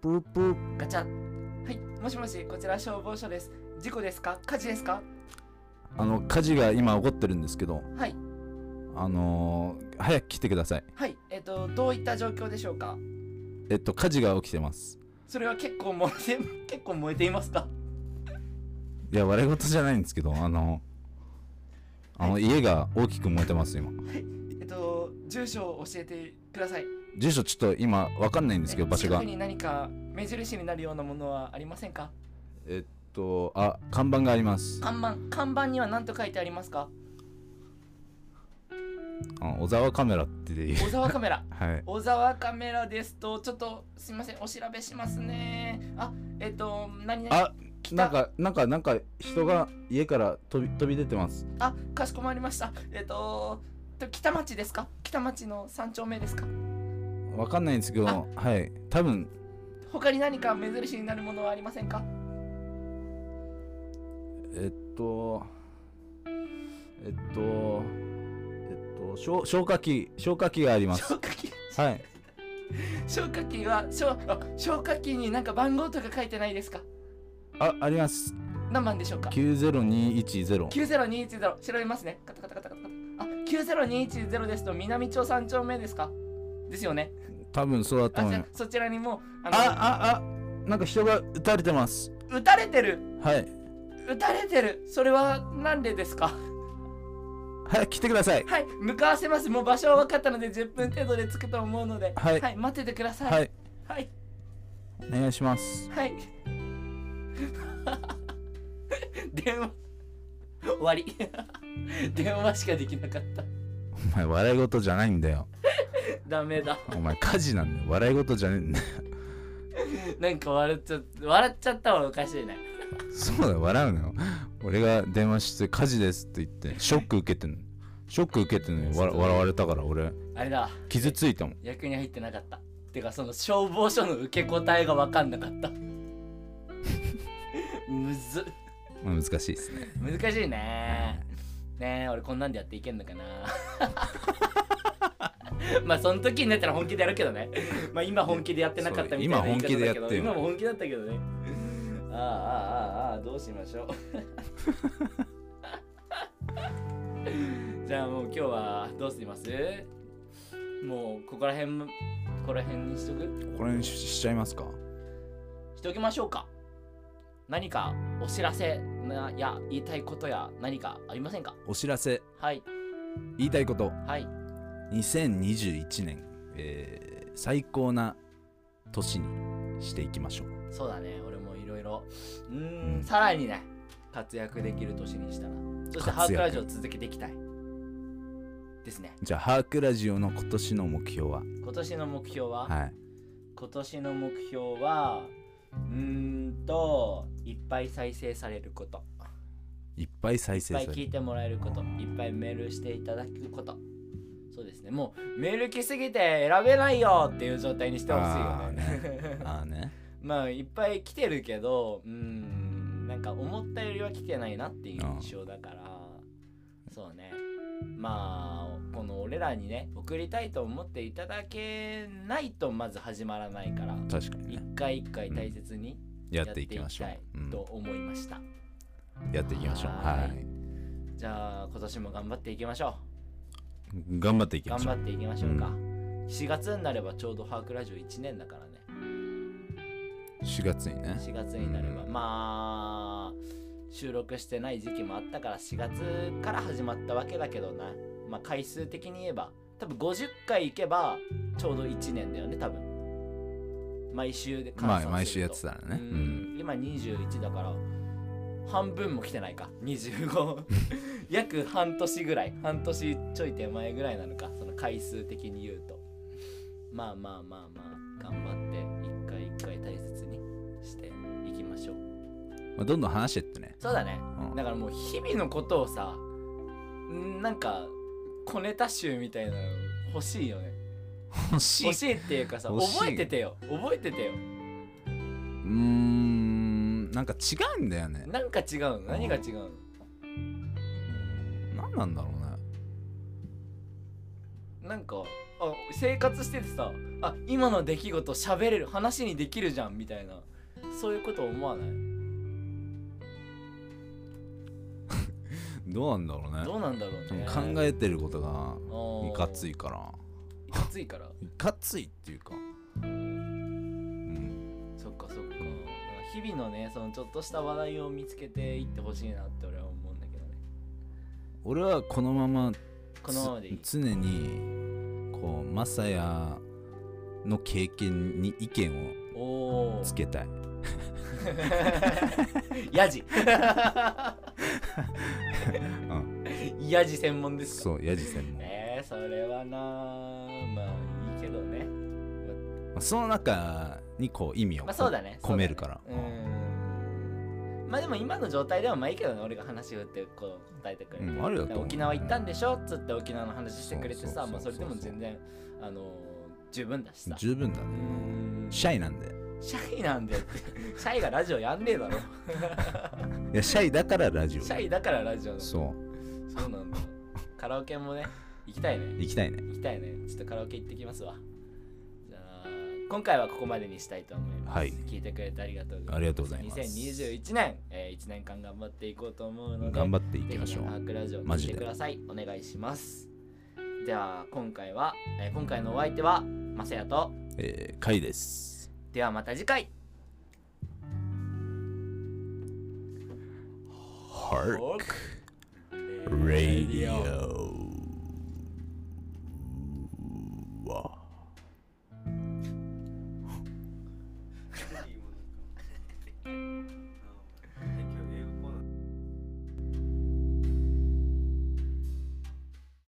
S2: プルプル
S1: ガチャはいもしもしこちら消防署です事故ですか火事ですか
S2: あの火事が今起こってるんですけど
S1: はい
S2: あのー、早く来てください
S1: はいえっ、とどういった状況でしょうか
S2: えっと火事が起きてます
S1: それは結構燃えて 結構燃えていますか
S2: いや我事じゃないんですけどあのあの家が大きく燃えてます今
S1: えっ、と住所を教えてください
S2: 住所ちょっと今わかんないんですけど
S1: え
S2: 場所が
S1: 近くに何か目印になるようなものはありませんか
S2: えっとあ看板があります
S1: 看板看板には何と書いてありますか
S2: あ小沢カメラっていう
S1: 小沢カ メラ
S2: はい
S1: 小沢カメラですとちょっとすいませんお調べしますねあえっ、と何々
S2: あ
S1: 北
S2: なんかなんかなんか人が家から飛び飛び出てます
S1: あかしこまりましたえっ、とと北町ですか北町の三丁目ですか
S2: わかんないんですけど
S1: あ
S2: はい多分
S1: 他に何か目印になるものはありませんか
S2: えっとえっとえっと消消火器消火器があります
S1: 消火器
S2: はい
S1: 消火器は消あ消火器になんか番号とか書いてないですか
S2: ああります
S1: 何番でしょうか
S2: 90210
S1: 90210調べますねカタカタカタカタあ90210ですと南町三丁目ですかですよね
S2: 多分そうだと
S1: あ
S2: 思
S1: じ
S2: い
S1: ゃあ
S2: ます
S1: そちらにもうあの
S2: あああなんか人が撃たれてます
S1: 撃たれてる
S2: はい
S1: 撃たれてるそれはなんでですか
S2: はい来てください
S1: はい向かわせますもう場所は分かったので10分程度で着くと思うのでは
S2: はい
S1: 待っててください
S2: はい
S1: はい
S2: お願いします
S1: はい 電話終わり 電話しかできなかった
S2: お前笑い事じゃないんだよ
S1: ダメだ
S2: お前火事なんだよ笑い事じゃねえんだよ
S1: なんか笑っちゃ笑っちゃったはおかしいね
S2: そうだよ笑うのよ俺が電話して火事ですって言ってショック受けてんのショック受けてんのよわ笑われたから俺
S1: あれだ
S2: 傷ついたもん
S1: 役に入ってなかったてかその消防署の受け答えが分かんなかったむずっ
S2: まあ難しいですね
S1: 難しいねねえ俺こんなんでやっていけんのかな まあその時になったら本気でやるけどねまあ今本気でやってなかったみたいな
S2: そう今本気でやってよ
S1: 言い方だけど今も本気だったけどねああああああどうしましょうじゃあもう今日はどうしますもうここら辺ここら辺にしとく
S2: これにししちゃいますか
S1: しときましょうか何かお知らせなや言いたいことや何かありませんか
S2: お知らせ
S1: はい
S2: 言いたいこと
S1: はい
S2: 2021年、えー最高な年にしていきましょう
S1: そうだね俺もいろいろう
S2: う
S1: ー
S2: ん
S1: んさらにね活躍できる年にしたらそして
S2: 活躍
S1: ハークラジオを続けていきたいですね
S2: じゃあハークラジオの今年の目標は
S1: 今年の目標は、
S2: はい
S1: 今年の目標はうーんといっぱい再生されること
S2: いっぱい再
S1: いっ
S2: 生
S1: ぱ
S2: さ
S1: い
S2: れる
S1: 聞いてもらえることいっぱいメールしていただくことそうですねもうメール来すぎて選べないよっていう状態にしてほしいよ ね
S2: ああね
S1: まあいっぱい来てるけどうーんなんか思ったよりは来てないなっていう印象だからそうねまあこの俺らにね送りたいと思っていただけないとまず始まらないから
S2: 確かに
S1: 一
S2: ね
S1: 回一回大切に
S2: や
S1: や
S2: っていきましょう
S1: っていきた
S2: うん
S1: いと思いました、
S2: やっていきましょう
S1: は
S2: は
S1: ーい
S2: い
S1: じゃあ今年も頑張っていきましょ
S2: 頑張っていうきま
S1: 頑
S2: しょ
S1: 張
S2: う
S1: っていきましょうか、4月になればちょうど「ハークラジオ」1年だからね
S2: 4月にね
S1: 4月になれば、
S2: うん
S1: まあ収録してない時期もあったから4月から始まったわけだけどなまあ回数的に言えば多分50回行けばちょうど1年だよね多分毎週で換算
S2: まあ
S1: すると
S2: 毎週やってたらね
S1: うん
S2: うん
S1: 今21だから半分も来てないか25 約半年ぐらい半年ちょい手前ぐらいなのかその回数的に言うとまあまあまあまあ頑張って一回一回大切にしていきましょう
S2: まあどんどん話してってね
S1: そうだね
S2: うん
S1: だからもう日々のことをさんなんか小ネタ集みたいなの欲しいよね
S2: 欲しいう
S1: 欲しいっていうかさ
S2: 欲しい
S1: 覚えててよ覚えててよ
S2: ーんなんか違うんだよね
S1: なんか違うの何が違うの
S2: 何なんだろうね
S1: なんかあ生活しててさあ今の出来事喋れる話にできるじゃんみたいなそういうこと思わない
S2: どうなんだろうね
S1: どうなんだろう
S2: でも
S1: ね
S2: 考えてることが
S1: え
S2: いかついから
S1: いかついから
S2: いかついっていうかうん
S1: そっかそっかなんか日々のねそのちょっとした話題を見つけていってほしいなって俺は思うんだけどね
S2: 俺はこのまま
S1: このままでいい
S2: つ常にこうマサヤの経験に意見を
S1: おお
S2: つけたい
S1: ヤジ
S2: うん
S1: ヤジ専門ですか
S2: そうやじ専門、
S1: えー、それはなまあいいけどね
S2: まあその中にこう意味を
S1: まあそうだね
S2: 込めるから
S1: そうだねうんまあでも今の状態でもまあいいけどね俺が話をってこう答えてくれて、
S2: うんありだと思う
S1: 沖縄行ったんでしょっつって沖縄の話してくれてさ
S2: そう
S1: ま
S2: そ
S1: あ
S2: う
S1: それ
S2: そうそう
S1: でも全然あの十分だしさ
S2: 十分だ
S1: うん
S2: ね
S1: シ
S2: シャイなんで
S1: ャイなんだよってシャイがラジオやんねえだろ
S2: いやシャイだからラジオ
S1: シャイだからラジオなの
S2: そ
S1: そうなんだ。カラオケもね、行きたいね
S2: う。行きたいね
S1: 行きたいね。ちょっとカラオケ行ってきますわ。じゃあ、今回はここまでにしたいと思います。
S2: はい
S1: 聞いてくれてありがとうございます。
S2: ありがとうございます
S1: 2021年、えー、1年間頑張っていこうと思うので、
S2: 頑張ってい
S1: ぜ
S2: き
S1: ひ
S2: ましょ
S1: ね、ハ
S2: う
S1: ークラジオ
S2: マ
S1: 聞
S2: ジ
S1: いて
S2: で
S1: ください。お願いします。では、今回は、えー今回のお相手は、まさやと、
S2: えー、回です
S1: ではまた次回。
S2: ハーク Radio.